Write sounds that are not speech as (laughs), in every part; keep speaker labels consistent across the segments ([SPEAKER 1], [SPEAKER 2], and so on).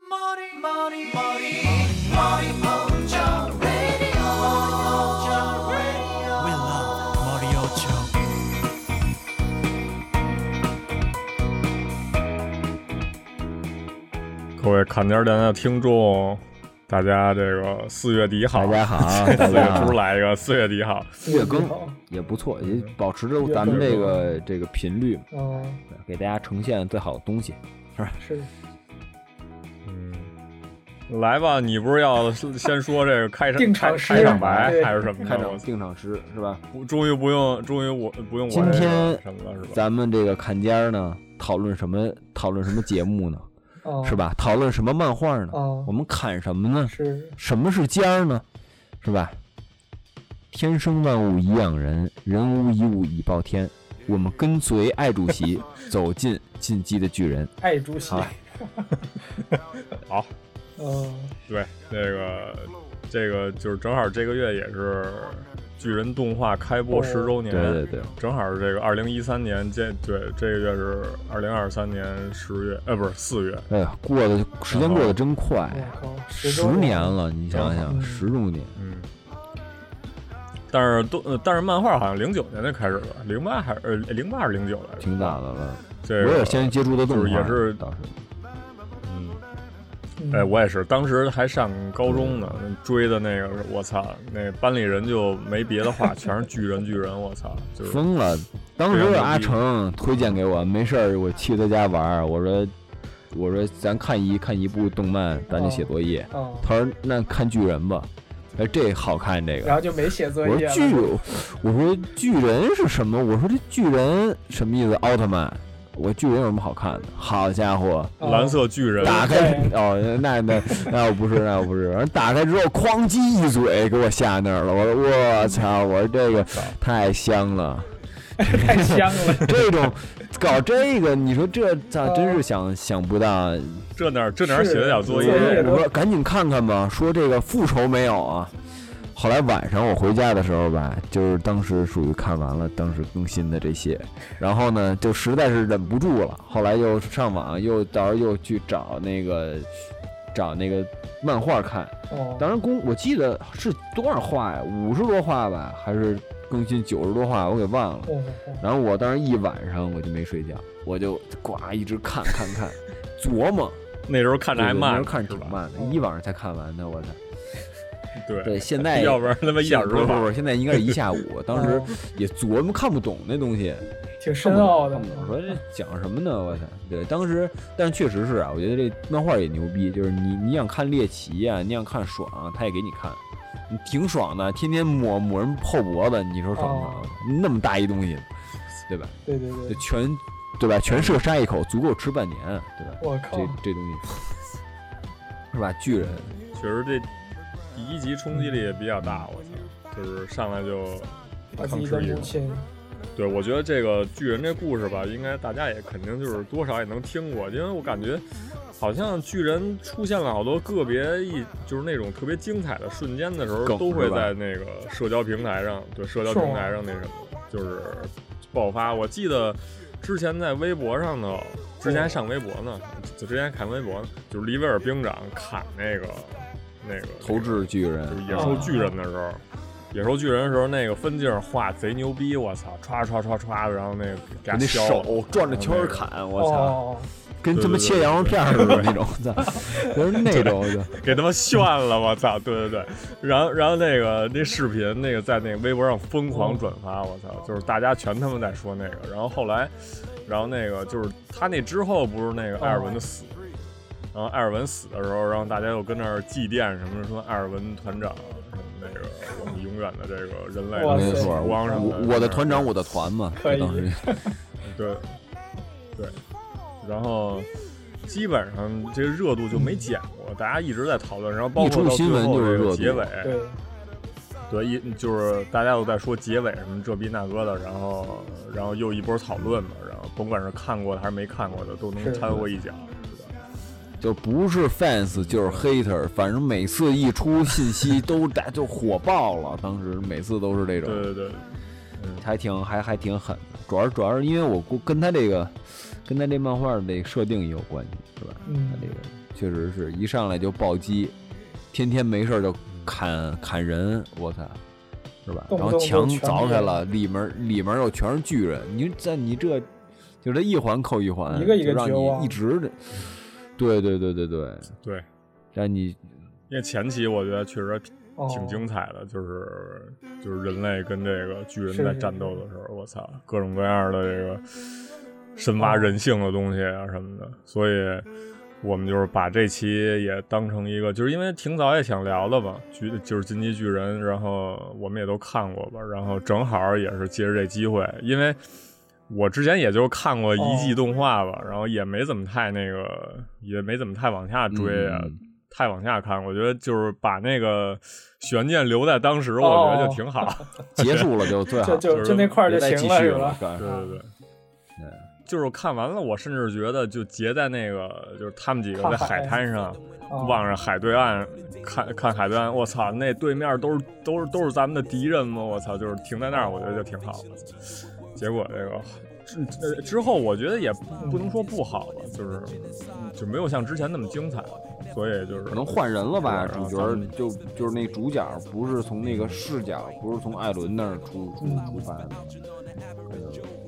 [SPEAKER 1] Mori, Mori, Mori, Mori Ocho Radio. Ocho Radio. We love Mori Ocho.
[SPEAKER 2] 各位砍点儿电台的听众，大家这个四月底好，
[SPEAKER 3] 大家 (laughs) 好，大
[SPEAKER 2] 四月
[SPEAKER 3] 家
[SPEAKER 2] 初
[SPEAKER 3] 好，
[SPEAKER 2] 来一个四月底好，
[SPEAKER 3] 月更也不错，也保持着咱们这个这个频率，
[SPEAKER 4] 嗯，
[SPEAKER 3] 给大家呈现最好的东西。
[SPEAKER 4] 是
[SPEAKER 2] 嗯，来吧，你不是要先说这个开场
[SPEAKER 4] 定场
[SPEAKER 2] 开
[SPEAKER 4] 诗
[SPEAKER 2] 开场白
[SPEAKER 4] 对
[SPEAKER 2] 还是什么
[SPEAKER 3] 开
[SPEAKER 2] 的？
[SPEAKER 3] 场
[SPEAKER 2] 我
[SPEAKER 3] 定场诗是吧？
[SPEAKER 2] 不终于不用，终于我不用我
[SPEAKER 3] 今
[SPEAKER 2] 这个
[SPEAKER 3] 天
[SPEAKER 2] 什么了是吧？
[SPEAKER 3] 咱们这个坎肩儿呢，讨论什么？讨论什么节目呢？
[SPEAKER 4] 啊，
[SPEAKER 3] 是？吧？讨论什么漫画呢？
[SPEAKER 4] 啊
[SPEAKER 3] 我，们砍什么呢？
[SPEAKER 4] 是
[SPEAKER 3] 什么是尖儿呢？是吧？天生万物一样人，人无一物以报天。我们跟随爱主 (laughs) 席走进进击的巨人。
[SPEAKER 4] 爱主席。
[SPEAKER 3] 好
[SPEAKER 4] (laughs)
[SPEAKER 2] 好，
[SPEAKER 4] 嗯，
[SPEAKER 2] 对，这个这个就是正好这个月也是巨人动画开播
[SPEAKER 4] 哦
[SPEAKER 2] 十周年，
[SPEAKER 3] 对对对，
[SPEAKER 2] 正好是这个二零一三年，这对这个月是二零二三年十月，呃，不是四月，
[SPEAKER 3] 哎呀，过的时间过得真快，啊
[SPEAKER 4] 我靠，
[SPEAKER 3] 十
[SPEAKER 4] 周
[SPEAKER 3] 年，了，你想想，
[SPEAKER 4] 嗯
[SPEAKER 3] 十周年，
[SPEAKER 2] 嗯，但是都，呃但是漫画好像零九年就开始了，零八还是呃零八还是零九来着？
[SPEAKER 3] 挺早的了。
[SPEAKER 2] 这
[SPEAKER 3] 我
[SPEAKER 2] 个
[SPEAKER 3] 也先接触的动画，
[SPEAKER 2] 就是也是
[SPEAKER 3] 倒是
[SPEAKER 2] 嗯，
[SPEAKER 4] 嗯
[SPEAKER 2] 哎，我也是，当时还上高中呢，追的那个，我操，那班里人就没别的话，全是巨人巨人，我操，就是
[SPEAKER 3] 疯了。当
[SPEAKER 2] 非常
[SPEAKER 3] 时
[SPEAKER 2] 牛逼
[SPEAKER 3] 阿成推荐给我，没事儿我去他家玩儿，我说我说咱看一看一部动漫，咱就
[SPEAKER 2] 哦
[SPEAKER 3] 写作业。
[SPEAKER 4] 啊，
[SPEAKER 3] 他说那看巨人吧，哎这好看这
[SPEAKER 4] 然
[SPEAKER 3] 个。
[SPEAKER 4] 后就没写作
[SPEAKER 3] 我说
[SPEAKER 4] 业了。
[SPEAKER 3] 巨，我说巨人是什么？我说这巨人什么意思？奥特曼？我巨人有什么好看的？好家伙！
[SPEAKER 4] 啊
[SPEAKER 2] 蓝色巨人，
[SPEAKER 3] (laughs) 打开
[SPEAKER 4] 对
[SPEAKER 3] 哦，那那那我不是，那我不是。然后打开之后，哐叽一嘴给我吓那儿了。我说我操！我说这个太香了，
[SPEAKER 4] 太香了。
[SPEAKER 3] 这种搞这个，你说这咋真是想想不到？
[SPEAKER 2] 这哪这哪写得了作
[SPEAKER 4] 是
[SPEAKER 2] 业？
[SPEAKER 4] 对
[SPEAKER 3] 我说赶紧看看吧，说这个复仇没有啊？后来晚上我回家的时候吧，就是当时属于看完了当时更新的这些，然后呢就实在是忍不住了，后来又上网又到时候又去找那个找那个漫画看，
[SPEAKER 4] 哦，
[SPEAKER 3] 当然公我记得是多少话呀，五十多话吧，还是更新九十多话，我给忘了。
[SPEAKER 4] 哦哦
[SPEAKER 3] 然后我当时一晚上我就没睡觉，我就呱一直看看看， (laughs) 琢磨。
[SPEAKER 2] 那时候看着还
[SPEAKER 3] 对对那时
[SPEAKER 2] 慢，
[SPEAKER 3] 候看着
[SPEAKER 2] 是
[SPEAKER 3] 挺
[SPEAKER 2] 吧？
[SPEAKER 3] 慢的，一晚上才看完的，我操！
[SPEAKER 2] 对，
[SPEAKER 3] 对，现
[SPEAKER 2] (laughs)
[SPEAKER 3] 在
[SPEAKER 2] 要不然他妈一点儿
[SPEAKER 3] 不
[SPEAKER 2] 都
[SPEAKER 3] 是
[SPEAKER 2] 不
[SPEAKER 3] 不是，现在应该是一下午， (laughs)
[SPEAKER 2] (laughs)
[SPEAKER 3] 当时也琢磨看不懂那东西，
[SPEAKER 4] 哦挺深奥的
[SPEAKER 3] 看。不懂说这讲什么呢？我操！对，当时，但是确实是啊，我觉得这漫画也牛逼，就是你你想看猎奇啊，你想看爽，他也给你看，你挺爽的，天天抹抹人后脖子，你说爽不爽
[SPEAKER 4] 哦？
[SPEAKER 3] 那么大一东西，对吧？
[SPEAKER 4] 对对
[SPEAKER 3] 这
[SPEAKER 4] 对，
[SPEAKER 3] 全，对吧？全射杀一口，足够吃半年，对吧？
[SPEAKER 4] 我
[SPEAKER 3] 这，
[SPEAKER 4] 靠
[SPEAKER 3] 这东西，是吧？巨人。
[SPEAKER 2] 确实这第一集冲击力也比较大，我操，就是上来就
[SPEAKER 4] 把自
[SPEAKER 2] 吭
[SPEAKER 4] 己
[SPEAKER 2] 哧
[SPEAKER 4] 的
[SPEAKER 2] 一
[SPEAKER 4] 母
[SPEAKER 2] 声。
[SPEAKER 4] 亲，
[SPEAKER 2] 对，我觉得这个巨人这故事吧，应该大家也肯定就是多少也能听过，因为我感觉好像巨人出现了好多个别一就是那种特别精彩的瞬间的时候，
[SPEAKER 3] 梗
[SPEAKER 2] 都会
[SPEAKER 3] 是吧
[SPEAKER 2] 在那个社交平台上，对社交
[SPEAKER 4] 是吗
[SPEAKER 2] 平台上那什么，就是爆发。我记得之前在微博上头，之前还上微博呢，就之前看微博呢，就是黎维尔兵长砍那个那个
[SPEAKER 3] 投掷巨人
[SPEAKER 2] 就是，野兽巨人的时候，野兽巨人的时候那个分镜画贼牛逼，我操，歘歘歘歘的，然后那个给它
[SPEAKER 3] 那
[SPEAKER 2] 削了啊
[SPEAKER 3] 手转着圈儿，砍，我操，
[SPEAKER 4] 哦，
[SPEAKER 3] 跟他妈切羊肉片儿似的那种，我
[SPEAKER 2] (laughs)
[SPEAKER 3] 操，就是那种，我操
[SPEAKER 2] 然后那个给他们炫了，我操，对对对，然后然后那个那视频那个在那个微博上疯狂转发，我操，就是大家全他们在说那个，然后后来，然后那个就是他那之后不是那个
[SPEAKER 4] 哦
[SPEAKER 2] 艾尔文的死。然后艾尔文死的时候，然后大家又跟那儿祭奠什么的，说艾尔文团长什么那个我们永远的这个人类
[SPEAKER 4] 哇
[SPEAKER 3] 我
[SPEAKER 4] 塞
[SPEAKER 3] 跟
[SPEAKER 2] 的
[SPEAKER 3] 你说，
[SPEAKER 2] 曙光什么
[SPEAKER 3] 我我的团长，我的团嘛，
[SPEAKER 4] 可
[SPEAKER 3] 这
[SPEAKER 4] 以
[SPEAKER 2] (laughs)
[SPEAKER 3] 当时
[SPEAKER 2] 对，对，然后基本上这个热度就没减过，大家一直在讨论，然后包
[SPEAKER 3] 一
[SPEAKER 2] 括
[SPEAKER 3] 出
[SPEAKER 2] 到最
[SPEAKER 3] 新闻
[SPEAKER 2] 后
[SPEAKER 3] 就是
[SPEAKER 2] 这
[SPEAKER 3] 热
[SPEAKER 2] 个
[SPEAKER 3] 度
[SPEAKER 2] 结尾，
[SPEAKER 4] 对，
[SPEAKER 3] 哎
[SPEAKER 2] 对，一就是大家都在说结尾什么这逼那哥的，然后然后又一波讨论嘛，然后甭管是看过的还是没看过的，都能
[SPEAKER 4] 是
[SPEAKER 2] 掺和一脚，是吧？
[SPEAKER 3] 就不是 fans 就是 hater，反正每次一出信息都大就火爆了，当时每次都是这种
[SPEAKER 2] 对，对对，
[SPEAKER 3] 还挺还还挺狠的，主要主啊要是因为我估跟他这个跟他这漫画的这个设定也有关系，是吧？
[SPEAKER 4] 嗯
[SPEAKER 3] 他这个确实是一上来就暴击，天天没事儿就砍砍人，我操，是吧？
[SPEAKER 4] 动
[SPEAKER 3] 然后
[SPEAKER 4] 不动就
[SPEAKER 3] 墙
[SPEAKER 4] 全
[SPEAKER 3] 凿
[SPEAKER 4] 是
[SPEAKER 3] 开了，里面里面又全是巨人，你在你这就这一环扣一环，
[SPEAKER 4] 一个一
[SPEAKER 3] 就
[SPEAKER 4] 个
[SPEAKER 3] 让
[SPEAKER 4] 揪啊
[SPEAKER 3] 你一直的，对对对对对，
[SPEAKER 2] 对，
[SPEAKER 3] 让你
[SPEAKER 2] 因为前期我觉得确实挺
[SPEAKER 4] 哦
[SPEAKER 2] 挺精彩的，就是就是人类跟这个巨人
[SPEAKER 4] 是
[SPEAKER 2] 在
[SPEAKER 4] 是
[SPEAKER 2] 战斗的时候，我操，各种各样的这个深挖人性的东西啊什么的，所以我们就是把这期也当成一个，就是因为挺早也想聊的嘛，巨就是《进击巨人》，然后我们也都看过吧，然后正好也是借着这机会，因为。我之前也就看过一季
[SPEAKER 4] 哦
[SPEAKER 2] 动画吧，然后也没怎么太那个，也没怎么太往下追啊，
[SPEAKER 3] 嗯
[SPEAKER 2] 太往下看，我觉得就是把那个悬念留在当时，我
[SPEAKER 4] 哦
[SPEAKER 2] 觉得就挺
[SPEAKER 4] (laughs)
[SPEAKER 2] 好。
[SPEAKER 3] 结束了就最好，
[SPEAKER 4] 就
[SPEAKER 2] 就
[SPEAKER 4] 就是就那块儿
[SPEAKER 3] 别
[SPEAKER 4] 就
[SPEAKER 3] 再继
[SPEAKER 4] 行了，
[SPEAKER 3] 续
[SPEAKER 4] 是
[SPEAKER 3] 了 (laughs)
[SPEAKER 4] 吧？，
[SPEAKER 3] 对
[SPEAKER 2] 对对对， (laughs) 就是看完了，我甚至觉得就结在那个，就是他们几个在
[SPEAKER 4] 看海
[SPEAKER 2] 海滩上
[SPEAKER 4] 哦
[SPEAKER 2] 望着海对岸，看看海对岸，我操，那对面都是都是都是咱们的敌人吗？我操，就是停在那儿，我觉得就挺好的。结果这个。之呃之后我觉得也不不能说不好了，就是就没有像之前那么精彩了，所以就是
[SPEAKER 3] 可能换人了吧？
[SPEAKER 2] 是吧啊
[SPEAKER 3] 主角
[SPEAKER 2] 然后
[SPEAKER 3] 儿
[SPEAKER 2] 咱们
[SPEAKER 3] 就就是那主角，不是从那个视角，不是从艾伦那儿出出出发的。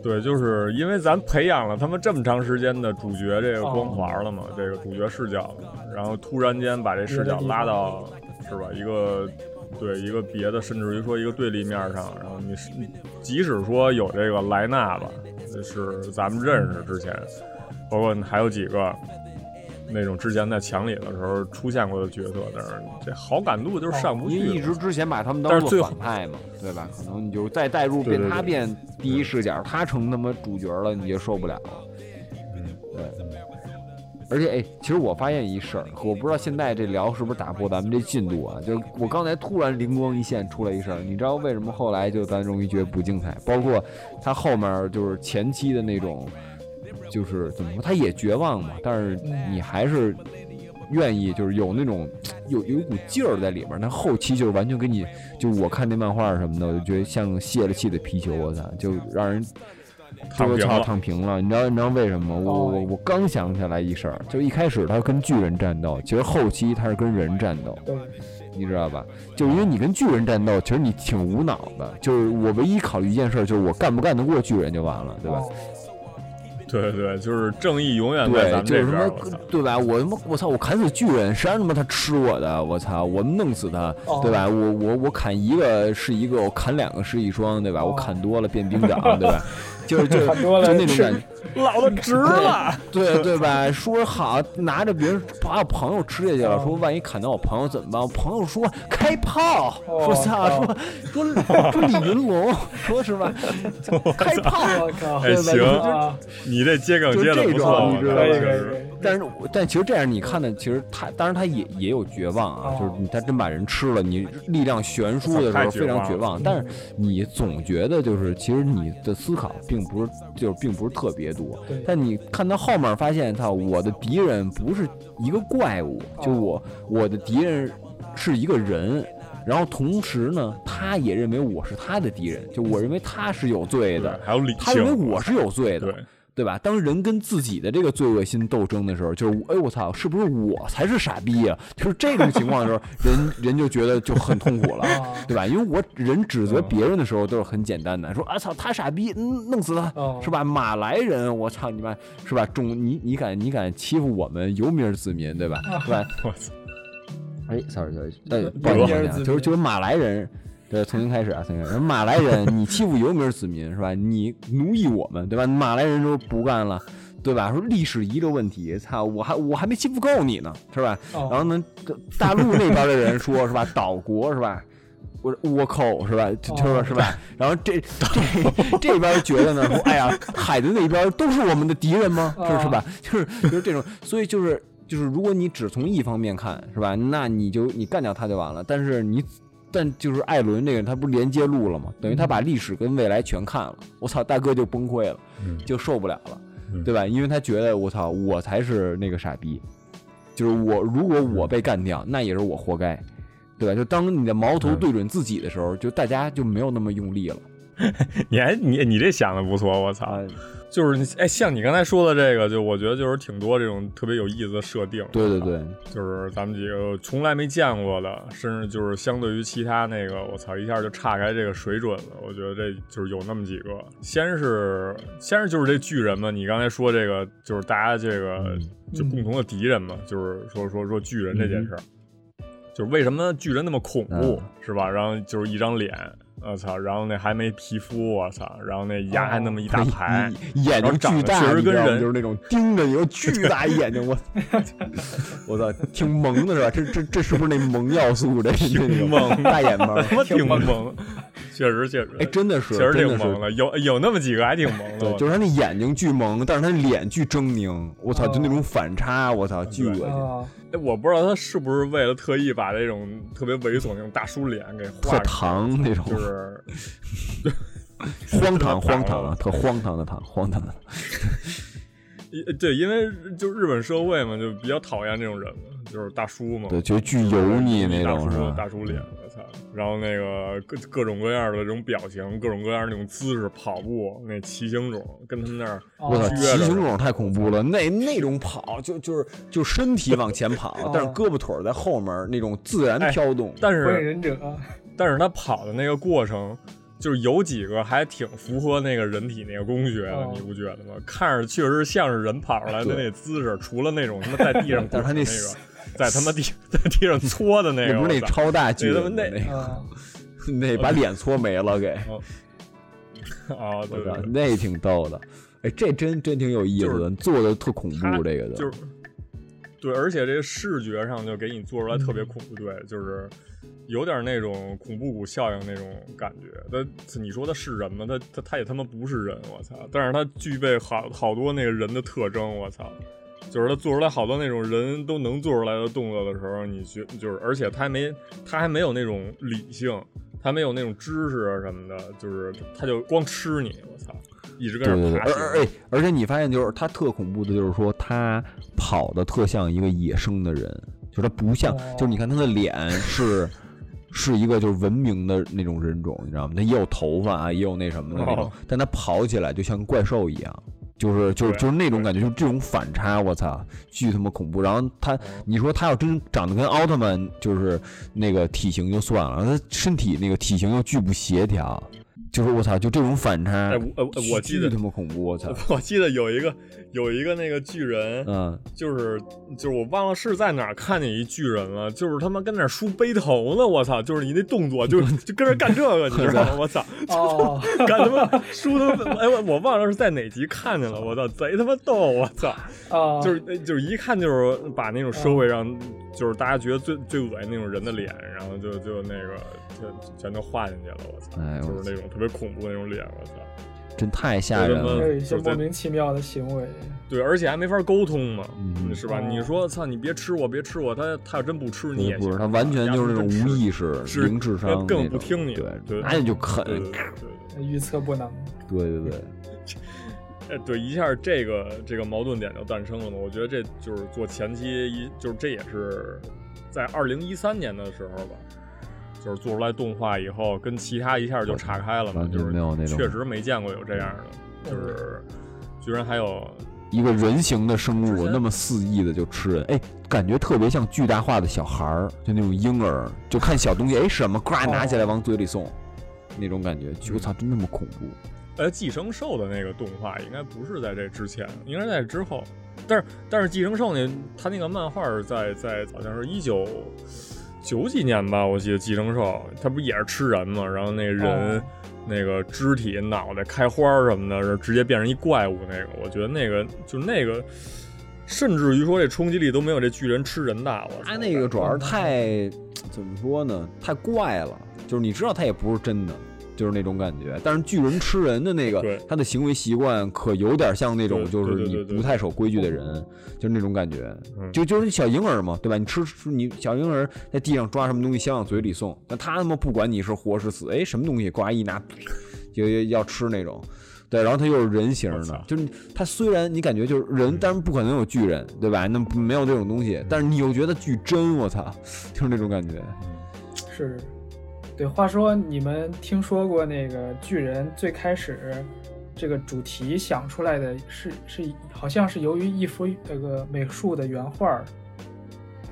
[SPEAKER 2] 对，就是因为咱培养了他们这么长时间的主角这个光
[SPEAKER 3] 哦
[SPEAKER 2] 环了嘛，这个主角视角了，然后突然间把这视角拉到是吧一个对一个别的，甚至于说一个对立面上，然后你是即使说有这个莱纳吧，就是咱们认识之前，包括还有几个。那种之前在墙里的时候出现过的角色，但是这好感度就是上不
[SPEAKER 3] 哦因为
[SPEAKER 2] 去
[SPEAKER 3] 一
[SPEAKER 2] 了。
[SPEAKER 3] 直之前把他们
[SPEAKER 2] 但
[SPEAKER 3] 当
[SPEAKER 2] 是最
[SPEAKER 3] 做
[SPEAKER 2] 后
[SPEAKER 3] 反派嘛，对吧？可能你就再代入
[SPEAKER 2] 对对
[SPEAKER 3] 变他
[SPEAKER 2] 对
[SPEAKER 3] 变第一视角，他成他妈主角了，你就受不了了。
[SPEAKER 2] 嗯
[SPEAKER 3] 对。而且，哎，其实我发现一事儿，我不知道现在这聊是不是打破咱们这进度啊？就是我刚才突然灵光一现，出来一事儿，你知道为什么后来就咱容易觉得不精彩？包括他后面就是前期的那种，就是怎么说，他也绝望嘛，但是你还是愿意，就是有那种有有一股劲儿在里面。但后期就是完全给你，就我看那漫画什么的，我就觉得像泄了气的皮球，我操，就让人
[SPEAKER 2] 躺
[SPEAKER 3] 就
[SPEAKER 2] 平
[SPEAKER 3] 操
[SPEAKER 2] 了
[SPEAKER 3] 躺平了。你知道你知道为什么吗？我我
[SPEAKER 4] 哦
[SPEAKER 3] 我刚想起来一事儿，就一开始他跟巨人战斗，其实后期他是跟人战斗。
[SPEAKER 4] 对，
[SPEAKER 3] 你知道吧？就是因为你跟巨人战斗，其实你挺无脑的。就是我唯一考虑一件事儿，就是我干不干得过巨人就完了，对吧？
[SPEAKER 4] 哦
[SPEAKER 2] 对对，就是正义永远在咱
[SPEAKER 3] 对，
[SPEAKER 2] 们这
[SPEAKER 3] 就是
[SPEAKER 2] 边
[SPEAKER 3] 什
[SPEAKER 2] 儿。我操
[SPEAKER 3] 么，对吧？我他妈，我操，我砍死巨人，谁让他妈他吃我的？我操，我弄死他，
[SPEAKER 4] 哦
[SPEAKER 3] 对吧？我我我砍一个是一个，我砍两个是一双，对吧？
[SPEAKER 4] 哦
[SPEAKER 3] 我砍多了变兵长，对吧？就是就是
[SPEAKER 4] 砍多了
[SPEAKER 3] 就那种
[SPEAKER 4] 是啊
[SPEAKER 3] 感觉，
[SPEAKER 2] 老子值了。
[SPEAKER 3] 对对吧？说好拿着别人把我朋友吃下去了，
[SPEAKER 4] 哦
[SPEAKER 3] 说万一砍到我朋友怎么办？我朋友说开炮，
[SPEAKER 4] 哦
[SPEAKER 3] 说操，
[SPEAKER 4] 哦
[SPEAKER 3] 说说说李云龙，说是
[SPEAKER 4] (laughs)
[SPEAKER 3] 吧？开炮，
[SPEAKER 4] 我靠！
[SPEAKER 2] 哎
[SPEAKER 3] 对吧？
[SPEAKER 2] 行
[SPEAKER 3] 就就
[SPEAKER 4] 啊，哦
[SPEAKER 2] 你这接梗接的不错，
[SPEAKER 3] 就这种你知道吧
[SPEAKER 2] 我
[SPEAKER 4] 可以
[SPEAKER 2] 觉得
[SPEAKER 4] 可
[SPEAKER 2] 确
[SPEAKER 4] 以
[SPEAKER 2] 实。
[SPEAKER 4] 可以，
[SPEAKER 3] 但是我，但其实这样你看的，其实他，当然他也也有绝望啊，
[SPEAKER 4] 哦
[SPEAKER 3] 就是你他真把人吃了，你力量悬殊的时
[SPEAKER 2] 太
[SPEAKER 3] 候
[SPEAKER 2] 绝
[SPEAKER 3] 非常
[SPEAKER 2] 望
[SPEAKER 3] 绝望，但是你总觉得就是其实你的思考并不是就是并不是特别多
[SPEAKER 4] 对，
[SPEAKER 3] 但你看到后面发现，操，我的敌人不是一个怪物，就我我的敌人是一个人。然后同时呢，他也认为我是他的敌人，就我认为他是有罪的
[SPEAKER 2] 对，还有理
[SPEAKER 3] 他认为
[SPEAKER 2] 性，
[SPEAKER 3] 我是有罪的
[SPEAKER 2] 对，
[SPEAKER 3] 对吧？当人跟自己的这个罪恶心斗争的时候，就是哎我操，是不是我才是傻逼呀、就是这种情况的时候，人人就觉得就很痛苦了
[SPEAKER 4] 啊，
[SPEAKER 3] 对吧？因为我人指
[SPEAKER 2] 嗯
[SPEAKER 3] 责别人的时候都是很简单的，说啊操他傻逼，嗯弄死他
[SPEAKER 4] 哦，
[SPEAKER 3] 是吧？马来人，我操你妈，是吧？中你你敢你敢欺负我们游民儿子民，对吧？对吧？
[SPEAKER 2] 我操，
[SPEAKER 3] 哎，sorry sorry，但不好意思
[SPEAKER 4] 游民儿
[SPEAKER 3] 啊
[SPEAKER 4] 子民
[SPEAKER 3] 就是就是马来人，对，重新开始啊，重新开始。马来人，你欺负游民儿子民是吧？你奴役我们，对吧？马来人说不干了，对吧？说历史遗留问题，操，我还我还没欺负够你呢，是吧？
[SPEAKER 4] 哦
[SPEAKER 3] 然后呢，大陆那边的人说是吧，岛国是吧？我倭寇是吧？就就是吧是吧？然后这这这边觉得呢，说哎呀，海的那边都是我们的敌人吗？
[SPEAKER 4] 啊
[SPEAKER 3] 是是吧？就是就是这种，所以就是就是，如果你只从一方面看是吧？那你就你干掉他就完了。但是你但就是艾伦这个，他不是连接路了吗？等于他把历史跟未来全看了，我操，大哥就崩溃了，就受不了了，对吧？因为他觉得我操，我才是那个傻逼，就是我如果
[SPEAKER 2] 嗯
[SPEAKER 3] 我被干掉，那也是
[SPEAKER 2] 嗯
[SPEAKER 3] 我活该，对吧？就当你的矛头对准自己的时候，就大家就没有那么用力了。
[SPEAKER 2] 你还你你这想的不错，我操！
[SPEAKER 3] 哎
[SPEAKER 2] 就是你哎，像你刚才说的这个，就我觉得就是挺多这种特别有意思的设定。
[SPEAKER 3] 对对对，
[SPEAKER 2] 就是咱们几个从来没见过的，甚至就是相对于其他那个，我操，一下就岔开这个水准了。我觉得这就是有那么几个，先是先是就是这巨人嘛，你刚才说这个就是大家这
[SPEAKER 3] 嗯
[SPEAKER 2] 个就共同的敌人嘛，就是说说说巨人这件事儿，就是为什么巨人那么恐怖、
[SPEAKER 3] 嗯
[SPEAKER 2] 是吧？然后就是一张脸，我操，然后那还没皮肤，我操，然后那
[SPEAKER 3] 哦
[SPEAKER 2] 牙还那么一大排，
[SPEAKER 3] 一眼睛巨大，
[SPEAKER 2] 然后长得确实
[SPEAKER 3] 你知道吗
[SPEAKER 2] 跟人
[SPEAKER 3] 就是那种盯着你，
[SPEAKER 2] (laughs)
[SPEAKER 3] 有巨大一眼睛，我我操，挺萌的是吧？这这这是不是那萌要素？这挺
[SPEAKER 2] 萌
[SPEAKER 3] 大
[SPEAKER 2] (laughs)
[SPEAKER 3] 眼猫，
[SPEAKER 2] 他妈挺萌，确实确实，
[SPEAKER 3] 哎，真的是，
[SPEAKER 2] 确实
[SPEAKER 3] 真
[SPEAKER 2] 挺
[SPEAKER 3] 的
[SPEAKER 2] 萌
[SPEAKER 3] 是。
[SPEAKER 2] 的，有有那么几个还挺萌的，
[SPEAKER 3] 对，
[SPEAKER 2] 我
[SPEAKER 3] 就是他那眼睛巨萌，但是他脸巨狰狞，我操，就那种反差，我操，巨恶心， (laughs)
[SPEAKER 4] 啊，
[SPEAKER 2] 哎我不知道他是不是为了特意把这种特别猥琐那种大叔脸给画
[SPEAKER 3] 特
[SPEAKER 2] 出
[SPEAKER 3] 糖那种
[SPEAKER 2] 来，，就是 (laughs) 特
[SPEAKER 3] 荒唐
[SPEAKER 2] 糖
[SPEAKER 3] 荒唐啊，特荒唐的糖，荒唐的糖。
[SPEAKER 2] 一对，因为就日本社会嘛，就比较讨厌这种人嘛，就是大叔嘛，
[SPEAKER 3] 对，就巨油腻那
[SPEAKER 2] 大
[SPEAKER 3] 种是
[SPEAKER 2] 叔
[SPEAKER 3] 吧？
[SPEAKER 2] 大叔脸，我操！然后那个各各种各样的这种表情，各种各样的那种姿势，跑步那骑行种，跟他们那儿
[SPEAKER 3] 我操，
[SPEAKER 4] 哦
[SPEAKER 3] 骑行这种太恐怖了，那那种跑就就是就身体往前跑，但是胳膊腿儿在后面儿那种自然
[SPEAKER 2] 哦哎
[SPEAKER 3] 飘动。
[SPEAKER 2] 但
[SPEAKER 4] 火影
[SPEAKER 2] 是
[SPEAKER 4] 忍者
[SPEAKER 2] 但是他跑的那个过程，就是有几个还挺符合那个人体那个工学的，
[SPEAKER 4] 哦
[SPEAKER 2] 你不觉得吗？看着确实像是人跑出来的
[SPEAKER 3] 对
[SPEAKER 2] 那姿势，除了那种他妈在地
[SPEAKER 3] (laughs)
[SPEAKER 2] 上滚的
[SPEAKER 3] 但是他那
[SPEAKER 2] 那个，在他妈地 (laughs) 在地上搓的那
[SPEAKER 3] 那
[SPEAKER 2] 个，
[SPEAKER 3] 不是那
[SPEAKER 2] 哎我操
[SPEAKER 3] 超大巨
[SPEAKER 2] 那他
[SPEAKER 3] 人
[SPEAKER 2] 妈
[SPEAKER 3] 的那
[SPEAKER 4] 啊，
[SPEAKER 3] 个那把脸搓没了给，
[SPEAKER 2] 啊，
[SPEAKER 3] 我
[SPEAKER 2] (laughs) 对
[SPEAKER 3] 操
[SPEAKER 2] 对，对，
[SPEAKER 3] 那挺逗的。哎，这真真挺有意思的，做的特恐
[SPEAKER 2] 他
[SPEAKER 3] 怖这个的，
[SPEAKER 2] 就是对，而且这视觉上就给你做出来特别恐怖，对，就是。有点那种恐怖谷效应那种感觉，他你说他是人吗？他他他也他妈不是人，我操！但是他具备好好多那个人的特征，我操！就是他做出来好多那种人都能做出来的动作的时候，你觉就是，而且他还没他还没有那种理性，他没有那种知识啊什么的，就是他就光吃你，我操！一直跟那
[SPEAKER 3] 对对
[SPEAKER 2] 儿
[SPEAKER 3] 对，
[SPEAKER 2] 爬
[SPEAKER 3] 而
[SPEAKER 2] 行。
[SPEAKER 3] 而哎，而且你发现就是他特恐怖的，就是说他跑的特像一个野生的人，就是他不像，
[SPEAKER 4] 哦
[SPEAKER 3] 就是你看他的脸是是一个就是文明的那种人种，你知道吗？他也有头发啊，也有那什么的那种，
[SPEAKER 2] 哦
[SPEAKER 3] 但他跑起来就像怪兽一样。就是就是
[SPEAKER 2] 对啊
[SPEAKER 3] 就是那种
[SPEAKER 2] 对
[SPEAKER 3] 感觉，就是这种反差，我操，巨他妈恐怖。然后他，你说他要真长得跟奥特曼就是那个体型就算了，他身体那个体型又巨不协调，就是我操，就这种反差，
[SPEAKER 2] 哎，我呃呃我记得
[SPEAKER 3] 巨他妈恐怖，我操！
[SPEAKER 2] (laughs) 我记得有一个有一个那个巨人，
[SPEAKER 3] 嗯，
[SPEAKER 2] 就是就是我忘了是在哪儿看见一巨人了，就是他妈跟那儿梳背头呢，我操！就是你那动作就就跟着干这个，你知道吗？我操！
[SPEAKER 4] 哦，
[SPEAKER 2] 干他妈梳他妈，哎我我忘了是在哪集看见了，我操，贼他妈逗，我操！
[SPEAKER 4] 啊，
[SPEAKER 2] (laughs) 就是呃就是一看就是把那种社会上就是大家觉得最最恶心那种人的脸，然后就就那个全全都画进去了，我操！
[SPEAKER 3] 哎
[SPEAKER 2] 就
[SPEAKER 3] 我
[SPEAKER 2] 是那种特别恐怖那种脸，我操！
[SPEAKER 3] 真太吓人
[SPEAKER 2] 就
[SPEAKER 4] 还
[SPEAKER 2] 是
[SPEAKER 3] 了。
[SPEAKER 4] 有一些莫名其妙的行为，
[SPEAKER 2] 对，而且还没法沟通嘛，
[SPEAKER 3] 嗯
[SPEAKER 2] 是吧？
[SPEAKER 4] 哦
[SPEAKER 2] 你说，操，你别吃我，别吃我，他他要真不吃你也
[SPEAKER 3] 不
[SPEAKER 2] 行
[SPEAKER 3] 是，，他完全就是那种无意识、
[SPEAKER 2] 是
[SPEAKER 3] 零智
[SPEAKER 2] 他
[SPEAKER 3] 商，
[SPEAKER 2] 根本不听你
[SPEAKER 3] 对
[SPEAKER 2] 对，
[SPEAKER 3] 拿你就啃，
[SPEAKER 2] 对
[SPEAKER 3] 对
[SPEAKER 2] 对对
[SPEAKER 4] 呃预测不能。
[SPEAKER 3] 对对，
[SPEAKER 2] 对，哎，对，一下这个这个矛盾点就诞生了嘛。我觉得这就是做前期一，就是这也是在二零一三年的时候吧，就是做出来动画以后，跟其他一下就岔开了嘛，
[SPEAKER 3] 完
[SPEAKER 2] 就
[SPEAKER 3] 全
[SPEAKER 2] 是
[SPEAKER 3] 没有那种
[SPEAKER 2] 确实没见过有这样的，就是居然还有
[SPEAKER 3] 一个人形的生
[SPEAKER 2] 之
[SPEAKER 3] 物
[SPEAKER 2] 前
[SPEAKER 3] 那么肆意的就吃人，哎，感觉特别像巨大化的小孩儿，就那种婴儿，就看小东西，哎，什么，
[SPEAKER 2] 哦
[SPEAKER 3] 呱拿起来往嘴里送，那种感觉，就我操，真那么恐怖？
[SPEAKER 2] 呃，寄生兽的那个动画应该不是在这之前，应该是在之后。但是但是寄生兽那它那个漫画是在在好像是一九九几年吧，我记得寄生兽它不也是吃人嘛，然后那人、
[SPEAKER 4] 哦
[SPEAKER 2] 那个肢体脑袋开花儿什么的，然后直接变成一怪物那个，我觉得那个就那个。甚至于说这冲击力都没有这巨人吃人大，我操
[SPEAKER 3] 他那个主要是太怎么说呢？太怪了，就是你知道他也不是真的，就是那种感觉。但是巨人吃人的那
[SPEAKER 2] 对
[SPEAKER 3] 个，他的行为习惯可有点像那种
[SPEAKER 2] 对
[SPEAKER 3] 就
[SPEAKER 2] 对
[SPEAKER 3] 是
[SPEAKER 2] 对
[SPEAKER 3] 你
[SPEAKER 2] 对对
[SPEAKER 3] 不太守规矩的人，就是那种感觉。
[SPEAKER 2] 嗯
[SPEAKER 3] 就就是小婴儿嘛，对吧？你吃你小婴儿在地上抓什么东西，先往嘴里送，但他他妈不管你是活是死，哎，什么东西呱一拿，就要要吃那种。对，然后他又是人形
[SPEAKER 2] 我
[SPEAKER 3] 的
[SPEAKER 2] 操，
[SPEAKER 3] 就是你他虽然你感觉就是人，当然不可能有巨人，对吧？那不没有这种东西，但是你又觉得巨真，我操，就是那种感觉。
[SPEAKER 4] 是，对，话说你们听说过那个巨人最开始这个主题想出来的是是好像是由于一幅那个美术的原画儿，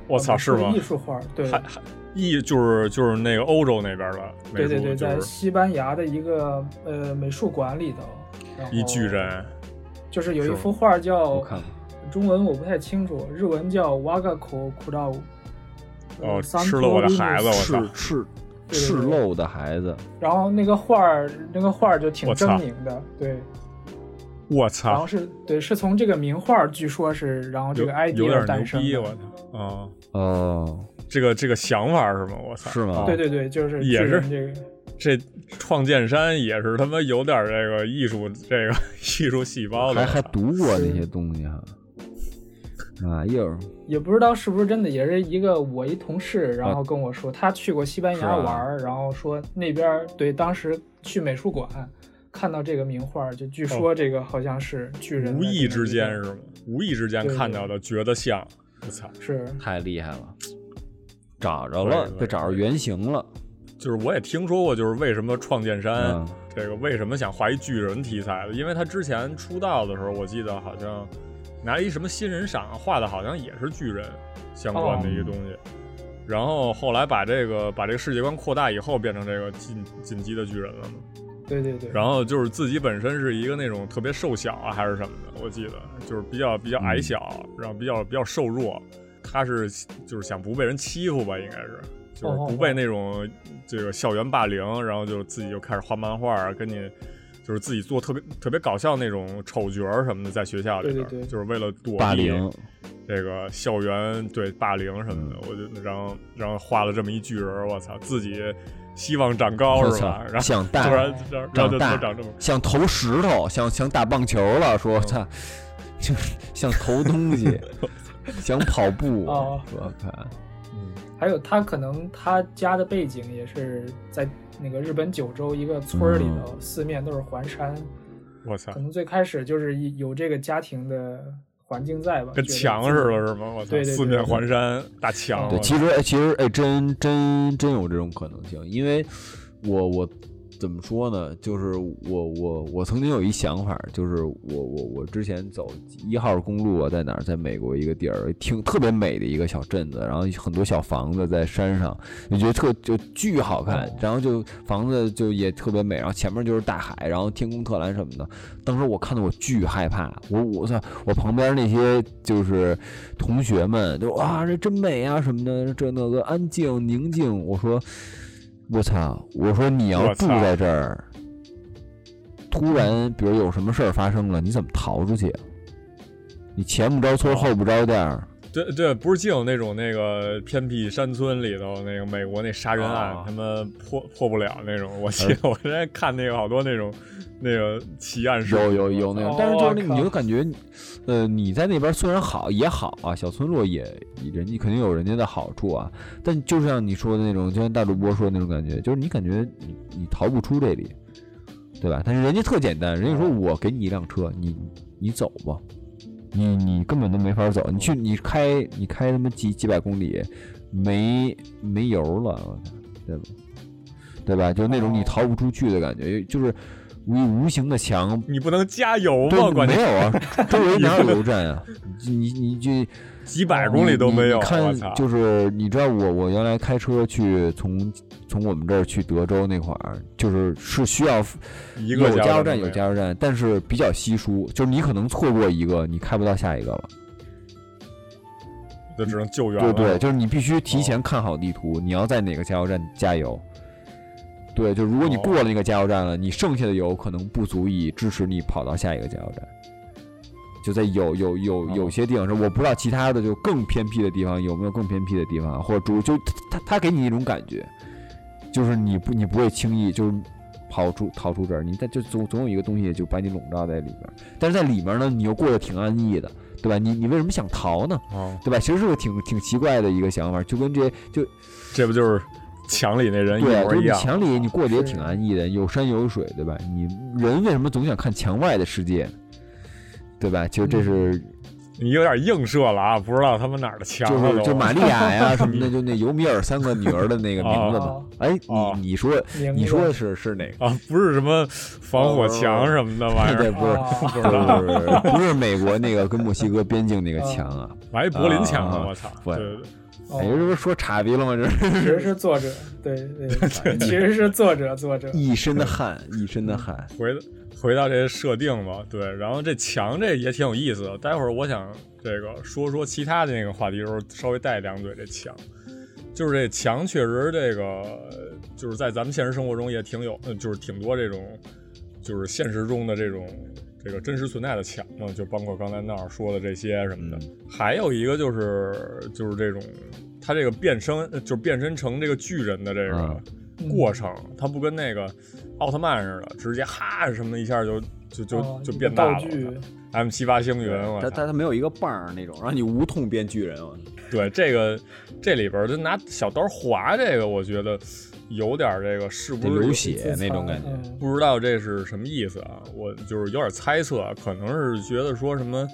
[SPEAKER 2] 我操，
[SPEAKER 4] 美
[SPEAKER 2] 是
[SPEAKER 4] 术的
[SPEAKER 2] 吗
[SPEAKER 4] 艺？术画儿，对
[SPEAKER 2] 还还艺就是就是那个欧洲那边的美
[SPEAKER 4] 对对
[SPEAKER 2] 术，
[SPEAKER 4] 对，
[SPEAKER 2] 就
[SPEAKER 4] 在
[SPEAKER 2] 是
[SPEAKER 4] 西班牙的一个呃美术馆里头，然后
[SPEAKER 2] 一巨人，
[SPEAKER 4] 就是有
[SPEAKER 3] 是
[SPEAKER 4] 一
[SPEAKER 3] 吗
[SPEAKER 4] 幅画儿
[SPEAKER 3] 我
[SPEAKER 4] 叫
[SPEAKER 3] 看过，
[SPEAKER 4] 中文我不太清楚，日文叫瓦嘎口库道乌。
[SPEAKER 2] 哦
[SPEAKER 4] 呃
[SPEAKER 2] 吃了我的
[SPEAKER 4] Santo
[SPEAKER 2] 孩子
[SPEAKER 4] Linus
[SPEAKER 2] 我操
[SPEAKER 3] 赤赤
[SPEAKER 4] 对
[SPEAKER 3] 赤露的孩子，
[SPEAKER 4] 然后那个画儿，那个画儿就挺
[SPEAKER 2] 我
[SPEAKER 4] 狰
[SPEAKER 2] 操啊
[SPEAKER 4] 狞的，对。
[SPEAKER 2] 我
[SPEAKER 4] 然后
[SPEAKER 2] 操，
[SPEAKER 4] 是对，是从这个名画儿，据说是，然后这
[SPEAKER 2] 有
[SPEAKER 4] 个
[SPEAKER 2] 有
[SPEAKER 4] idea
[SPEAKER 2] 点
[SPEAKER 4] 诞
[SPEAKER 2] 牛
[SPEAKER 4] 生
[SPEAKER 2] 逼，我
[SPEAKER 4] 的。
[SPEAKER 2] 操，啊，
[SPEAKER 3] 哦，
[SPEAKER 2] 这个这个想法是吗？我操，
[SPEAKER 3] 是吗？
[SPEAKER 4] 对对对，就是
[SPEAKER 2] 也
[SPEAKER 4] 巨人
[SPEAKER 2] 是
[SPEAKER 4] 这个，
[SPEAKER 2] 这创建山也是他妈有点这个艺术这个 (laughs) 艺术细胞
[SPEAKER 3] 还
[SPEAKER 2] 的，
[SPEAKER 3] 还
[SPEAKER 2] 我操
[SPEAKER 3] 读过那些东西哈。啊，一会儿
[SPEAKER 4] 也不知道是不是真的，也是一个我一同事，然
[SPEAKER 3] 啊
[SPEAKER 4] 后跟我说他去过西班
[SPEAKER 3] 是
[SPEAKER 4] 牙
[SPEAKER 3] 啊
[SPEAKER 4] 玩儿，然后说那边儿对，当时去美术馆看到这个名画儿，就据说这个好像是巨人的
[SPEAKER 2] 哦无
[SPEAKER 4] 这么
[SPEAKER 2] 意
[SPEAKER 4] 一
[SPEAKER 2] 之
[SPEAKER 4] 个
[SPEAKER 2] 间是吗？无意之间
[SPEAKER 4] 对
[SPEAKER 2] 看到的，觉得像，我操，
[SPEAKER 4] 是
[SPEAKER 3] 太厉害了，找着
[SPEAKER 2] 对
[SPEAKER 3] 了，
[SPEAKER 2] 对
[SPEAKER 3] 被找着原型了。
[SPEAKER 2] 就是我也听说过，就是为什么创建山、
[SPEAKER 3] 嗯
[SPEAKER 2] 这个为什么想画一巨人题材的，因为他之前出道的时候，我记得好像拿一什么新人赏画的，好像也是巨人相关的一个东西。然后后来把这个把这个世界观扩大以后，变成这个进进击的巨人了嘛。
[SPEAKER 4] 对对对，
[SPEAKER 2] 然后就是自己本身是一个那种特别瘦小啊，还是什么的，我记得就是比较比较
[SPEAKER 4] 嗯
[SPEAKER 2] 矮小，然后比较比较瘦弱。他是就是想不被人欺负吧，应该是，就
[SPEAKER 4] 哦
[SPEAKER 2] 是不被那种这个校园霸凌，然后就自己就开始画漫画，啊跟你就是自己做特别特别搞笑那种丑角儿什么的，在学校里边儿，
[SPEAKER 4] 对对对
[SPEAKER 2] 就是为了躲避
[SPEAKER 3] 霸凌，
[SPEAKER 2] 这个校园对霸凌什么的，
[SPEAKER 4] 嗯
[SPEAKER 2] 我就然后然后画了这么一巨人儿，我操，自己希望长高
[SPEAKER 3] 我
[SPEAKER 2] 是吧
[SPEAKER 3] 操？，
[SPEAKER 2] 然后
[SPEAKER 3] 像
[SPEAKER 2] 突
[SPEAKER 3] 大
[SPEAKER 2] 然然后然后就
[SPEAKER 3] 大
[SPEAKER 2] 就长这么嗯高。
[SPEAKER 3] 像投石头，像像打棒球了，说他 (laughs) 就是像投
[SPEAKER 2] (laughs)
[SPEAKER 3] 东西，想跑步，
[SPEAKER 4] 哦
[SPEAKER 3] 我看
[SPEAKER 4] 还有他可能他家的背景也是在那个日本九州一个村儿里
[SPEAKER 2] 嗯
[SPEAKER 4] 头，四面都是环山，
[SPEAKER 2] 我操
[SPEAKER 4] 可，能最开始就是一有这个家庭的环境在吧，
[SPEAKER 2] 跟
[SPEAKER 4] 觉得
[SPEAKER 2] 墙似的，是吗？我操，
[SPEAKER 4] 对对对
[SPEAKER 2] 四面环山，大墙。
[SPEAKER 3] 对，
[SPEAKER 2] 我
[SPEAKER 3] 其实哎其实哎，真真真有这种可能性，因为我我怎么说呢？就是我我我曾经有一想法，就是我我我之前走一号公路啊，在哪儿？在美国一个地儿，挺特别美的一个小镇子，然后很多小房子在山上，就觉得特就巨好看，然后就房子就也特别美，然后前面就是大海，然后天空特蓝什么的。当时我看的我巨害怕，我我操，我旁边那些就是同学们就哇这真美啊什么的，这那个安静宁静，我说我操，我说你要
[SPEAKER 2] 我
[SPEAKER 3] 住
[SPEAKER 2] 操
[SPEAKER 3] 在这儿，突然比如有什么事儿发生了，你怎么逃出去啊？你前不着
[SPEAKER 2] 哦
[SPEAKER 3] 村后不着店儿，
[SPEAKER 2] 对对，不是净有那种那个偏僻山村里头那个美国那杀人案
[SPEAKER 3] 啊，呃
[SPEAKER 2] 他们破破不了那种。我记得我之前看那个好多那种那个奇案事，
[SPEAKER 3] 有有有那种
[SPEAKER 4] 哦，
[SPEAKER 3] 但是就是那
[SPEAKER 4] 我靠
[SPEAKER 3] 你就感觉，呃，你在那边虽然好也好啊，小村落也人家肯定有人家的好处啊，但就像你说的那种，就像大主播说的那种感觉，就是你感觉你你逃不出这里，对吧？但是人家特简单，人家说
[SPEAKER 4] 嗯
[SPEAKER 3] 我给你一辆车，你你走吧，你你根本都没法走，你
[SPEAKER 4] 嗯
[SPEAKER 3] 去你开你开他妈几几百公里，没没油了，我操，对吧？对吧？就是那种
[SPEAKER 4] 哦
[SPEAKER 3] 你逃不出去的感觉，就是无无形的墙
[SPEAKER 2] 你不能加油吗？
[SPEAKER 3] 对，
[SPEAKER 2] 关键
[SPEAKER 3] 没有啊，周围哪有油站啊？你你你
[SPEAKER 2] 几
[SPEAKER 3] 这
[SPEAKER 2] 百公里都没有。
[SPEAKER 3] 哦你
[SPEAKER 2] 我操
[SPEAKER 3] 看，，就是你知道我我原来开车去从从我们这儿去德州那块儿，就是是需要
[SPEAKER 2] 一
[SPEAKER 3] 有
[SPEAKER 2] 个
[SPEAKER 3] 加油
[SPEAKER 2] 油
[SPEAKER 3] 站有加油站，但是比较稀疏，就是你可能错过一个，你开不到下一个了。
[SPEAKER 2] 就只能救援
[SPEAKER 3] 对
[SPEAKER 2] 了。
[SPEAKER 3] 对，就是你必须提
[SPEAKER 2] 哦
[SPEAKER 3] 前看好地图，你要在哪个加油站加油。对，就如果你
[SPEAKER 2] 哦
[SPEAKER 3] 过了那个加油站了，你剩下的油可能不足以支持你跑到下一个加油站。就在有有有有
[SPEAKER 2] 哦
[SPEAKER 3] 些地方是我不知道其他的就更偏僻的地方有没有更偏僻的地方啊，或者主就他他给你一种感觉，就是你不你不会轻易就是跑出逃出这儿，你但就总总有一个东西就把你笼罩在里边儿，但是在里面呢，你又过得挺安逸的，对吧？你你为什么想逃呢？
[SPEAKER 2] 哦，
[SPEAKER 3] 对吧？其实是个挺挺奇怪的一个想法，就跟这就
[SPEAKER 2] 这不就是墙里那人一
[SPEAKER 3] 对啊，
[SPEAKER 2] 模
[SPEAKER 3] 就是
[SPEAKER 2] 一
[SPEAKER 3] 你
[SPEAKER 2] 样？
[SPEAKER 3] 墙里你过得也
[SPEAKER 4] 是
[SPEAKER 3] 挺安逸的，有山有水，对吧？
[SPEAKER 4] 嗯
[SPEAKER 3] 你人为什么总想看墙外的世界，对吧？其实这是
[SPEAKER 2] 你有点映射了啊，不知道他们哪儿的墙
[SPEAKER 3] 就
[SPEAKER 2] 了
[SPEAKER 3] 是
[SPEAKER 2] 都。
[SPEAKER 3] 就玛利
[SPEAKER 2] (laughs)
[SPEAKER 3] 亚呀什么的，就那尤米尔三个女儿的那个名字嘛
[SPEAKER 4] 哦。
[SPEAKER 3] 哎，
[SPEAKER 2] 哦
[SPEAKER 3] 你你说
[SPEAKER 4] 名
[SPEAKER 3] 你
[SPEAKER 4] 字
[SPEAKER 3] 说的是是哪个？
[SPEAKER 2] 啊，不是什么防火墙什么的玩意
[SPEAKER 3] 呃 (laughs) 对，
[SPEAKER 2] 儿，
[SPEAKER 3] 不是
[SPEAKER 4] 哦
[SPEAKER 3] 不是不是不是不是美国那个跟墨西哥边境那个墙啊。
[SPEAKER 2] 还柏林墙呢，
[SPEAKER 3] 啊
[SPEAKER 2] 我操！
[SPEAKER 3] 对
[SPEAKER 2] 对对对，
[SPEAKER 4] 哦
[SPEAKER 3] 哎，这不是说岔逼了吗？这是
[SPEAKER 4] 其实是作者，对
[SPEAKER 2] (laughs)
[SPEAKER 4] 对，其实是作者，作者
[SPEAKER 3] 一身的汗，一身的 (laughs) 汗。
[SPEAKER 2] 回回到这些设定吧，对，然后这墙这也挺有意思的。待会儿我想这个说说其他的那个话题的时候，稍微带两嘴这墙，就是这墙确实这个呃就是在咱们现实生活中也挺有，呃就是挺多这种就是现实中的这种这个真实存在的墙嘛，就包括刚才那儿说的这些什么的。还有一个就是就是这种他这个变身呃就是变身成这个巨人的这个。
[SPEAKER 3] 嗯
[SPEAKER 2] 过程，它不跟那个奥特曼似的，直接哈什么一下就就就、
[SPEAKER 4] 哦
[SPEAKER 2] 就
[SPEAKER 4] 一个
[SPEAKER 2] 变大
[SPEAKER 4] 道
[SPEAKER 2] 了。
[SPEAKER 4] 具，
[SPEAKER 2] M 七八星云，我
[SPEAKER 3] 他
[SPEAKER 2] 操！
[SPEAKER 3] 他他没有一个棒儿那种，让你无痛变巨人。我
[SPEAKER 2] 对这个这里边儿就拿小刀划这个，我觉得有点儿这个是不
[SPEAKER 3] 得
[SPEAKER 2] 是
[SPEAKER 3] 流
[SPEAKER 2] 有
[SPEAKER 3] 血那种感觉。
[SPEAKER 4] 嗯
[SPEAKER 2] 不知道这是什么意思啊？我就是有点猜测啊，可能是觉得说什么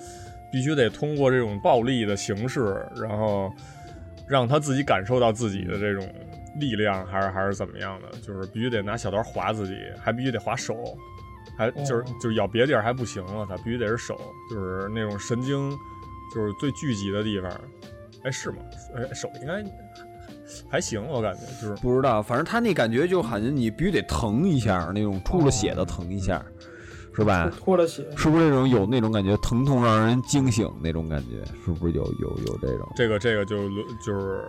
[SPEAKER 2] 必须得通过这种暴力的形式，然后让他自己感受到自己的这种力量，还是还是怎么样的？就是必须得拿小刀划自己，还必须得划手，还就是
[SPEAKER 4] 哦
[SPEAKER 2] 就是咬别地儿还不行了，他必须得是手，就是那种神经就是最聚集的地方。哎，是吗？哎，手应该还行，我感觉就是
[SPEAKER 3] 不知道，反正他那感觉就好像你必须得疼一下，那种出了血的疼一下，是
[SPEAKER 2] 啊
[SPEAKER 3] 吧？
[SPEAKER 4] 脱了血，
[SPEAKER 3] 是不是那种有那种感觉，疼痛让人惊醒那种感觉？是不是有有有这种？
[SPEAKER 2] 这个这个就就是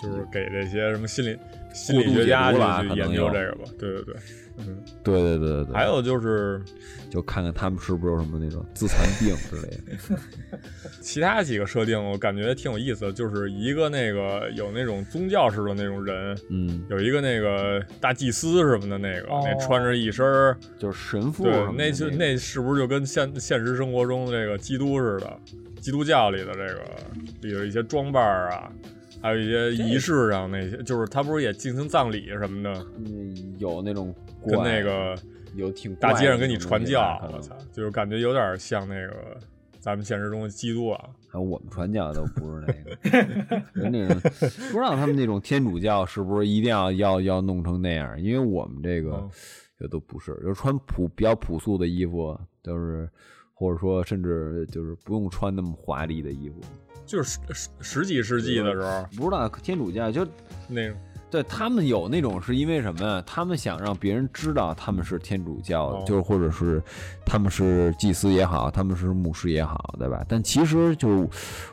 [SPEAKER 2] 就是给这些什么心理心
[SPEAKER 3] 过
[SPEAKER 2] 理
[SPEAKER 3] 度
[SPEAKER 2] 学
[SPEAKER 3] 解
[SPEAKER 2] 家
[SPEAKER 3] 读
[SPEAKER 2] 去
[SPEAKER 3] 了啊
[SPEAKER 2] 去
[SPEAKER 3] 可
[SPEAKER 2] 研
[SPEAKER 3] 能
[SPEAKER 2] 究
[SPEAKER 3] 有
[SPEAKER 2] 这个吧，对对对，嗯，
[SPEAKER 3] 对对对对对，
[SPEAKER 2] 还有就是
[SPEAKER 3] 就看看他们是不是有什么那种自残病之类
[SPEAKER 2] (laughs)
[SPEAKER 3] 的。
[SPEAKER 2] 其他几个设定，我感觉挺有意思的，就是一个那个有那种宗教式的那种人，
[SPEAKER 3] 嗯，
[SPEAKER 2] 有一个那个大祭司什么的那个，那
[SPEAKER 4] 哦
[SPEAKER 2] 穿着一身儿，
[SPEAKER 3] 就是神父
[SPEAKER 2] 对
[SPEAKER 3] 什么的，
[SPEAKER 2] 那就
[SPEAKER 3] 那
[SPEAKER 2] 那是不是就跟现现实生活中的这个基督似的，基督教里的这个里的一些装扮儿啊，还有一些仪式上那些，就是他不是也进行葬礼什么的。
[SPEAKER 3] 嗯有那种怪啊
[SPEAKER 2] 跟那个
[SPEAKER 3] 有挺怪
[SPEAKER 2] 大
[SPEAKER 3] 的
[SPEAKER 2] 街上跟你
[SPEAKER 3] 那种
[SPEAKER 2] 传
[SPEAKER 3] 东西
[SPEAKER 2] 教
[SPEAKER 3] 吧，可
[SPEAKER 2] 我
[SPEAKER 3] 能
[SPEAKER 2] 操，就是感觉有点像那个咱们现实中的基督啊。
[SPEAKER 3] 还有我们传教都不是那个，跟那种不知道他们那种天主教是不是一定要要要弄成那样？因为我们这个
[SPEAKER 2] 嗯
[SPEAKER 3] 也都不是，就是穿朴比较朴素的衣服，就是或者说甚至就是不用穿那么华丽的衣服。
[SPEAKER 2] 就是十十十几世纪的时候，
[SPEAKER 3] 不知道天主教就
[SPEAKER 2] 那种
[SPEAKER 3] 对他们有那种是因为什么呀？他们想让别人知道他们是天主教的，
[SPEAKER 2] 哦
[SPEAKER 3] 就是或者是他们是祭司也好，他们是牧师也好，对吧？但其实就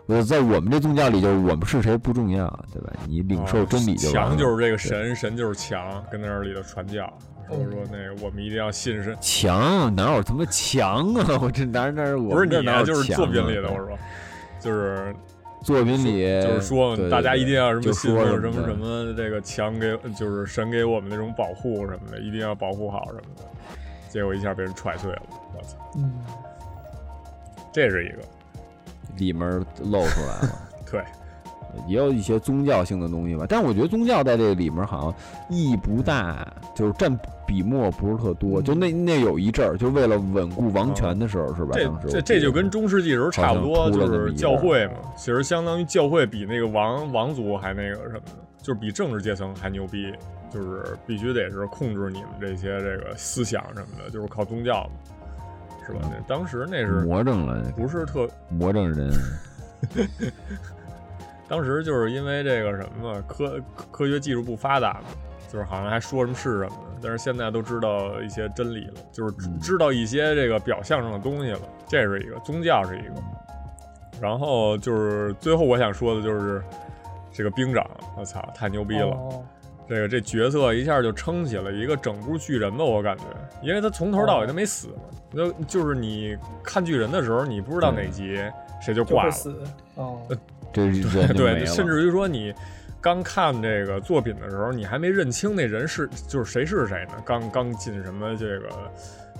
[SPEAKER 3] 我在我们这宗教里，就是我们是谁不重要，对吧？你领受真理就完了。
[SPEAKER 2] 哦强啊就是这个神，神就是强，跟那里头传教，说说那个我们一定要信神，
[SPEAKER 3] 强，哪有他妈强啊？ (laughs) 我这哪哪我
[SPEAKER 2] 不是
[SPEAKER 3] 们这
[SPEAKER 2] 你
[SPEAKER 3] 哪
[SPEAKER 2] 啊，
[SPEAKER 3] 有
[SPEAKER 2] 就是
[SPEAKER 3] 强
[SPEAKER 2] 作品
[SPEAKER 3] 啊
[SPEAKER 2] 里的，我说。就是
[SPEAKER 3] 作品里
[SPEAKER 2] 就是说
[SPEAKER 3] 对，对
[SPEAKER 2] 大家一定要什
[SPEAKER 3] 对
[SPEAKER 2] 么
[SPEAKER 3] 就
[SPEAKER 2] 信
[SPEAKER 3] 说
[SPEAKER 2] 奉什么
[SPEAKER 3] 的
[SPEAKER 2] 什么这个强给，就是神给我们那种保护什么的，一定要保护好什么的。结果一下被人踹碎了，我操！
[SPEAKER 4] 嗯，
[SPEAKER 2] 这是一个
[SPEAKER 3] 里面露出来了。
[SPEAKER 2] 对，
[SPEAKER 3] 也有一些宗教性的东西吧，但我觉得宗教在这里面好像意义不大，就是占笔墨不是特
[SPEAKER 2] 嗯
[SPEAKER 3] 多。就那那有一阵儿，就为了稳固王权的时候，是
[SPEAKER 2] 哦
[SPEAKER 3] 吧？
[SPEAKER 2] 这
[SPEAKER 3] 当时我
[SPEAKER 2] 这
[SPEAKER 3] 记
[SPEAKER 2] 这
[SPEAKER 3] 得
[SPEAKER 2] 就跟中世纪时候差不多，
[SPEAKER 3] 好像秃了
[SPEAKER 2] 就
[SPEAKER 3] 那么
[SPEAKER 2] 是
[SPEAKER 3] 一
[SPEAKER 2] 教
[SPEAKER 3] 段
[SPEAKER 2] 会嘛，其实相当于教会比那个王王族还那个什么的，就是比政治阶层还牛逼，就是必须得是控制你们这些这个思想什么的，就是靠宗教嘛，是吧？那当时那是
[SPEAKER 3] 魔怔了，
[SPEAKER 2] 不是特？
[SPEAKER 3] 魔怔
[SPEAKER 2] (laughs)
[SPEAKER 3] 人，
[SPEAKER 2] 当时就是因为这个什么嘛科科学技术不发达嘛。就是好像还说什么是什么的，但是现在都知道一些真理了，就是知
[SPEAKER 3] 嗯
[SPEAKER 2] 知道一些这个表象上的东西了。这是一个宗教是一个，然后就是最后我想说的就是这个兵长，我操，太牛逼了！
[SPEAKER 4] 哦
[SPEAKER 2] 这个这角色一下就撑起了一个整部巨人吧，我感觉，因为他从头到尾都没死嘛。那就是你看巨人的时候，你不知道哪集谁就
[SPEAKER 4] 就
[SPEAKER 2] 挂
[SPEAKER 4] 会
[SPEAKER 2] 了，呃
[SPEAKER 4] 死哦，
[SPEAKER 3] 这
[SPEAKER 2] (laughs)
[SPEAKER 3] 人就没
[SPEAKER 2] 对，
[SPEAKER 3] 了。
[SPEAKER 2] 甚至于说你刚看这个作品的时候，你还没认清那人是就是谁是谁呢？刚刚进什么这个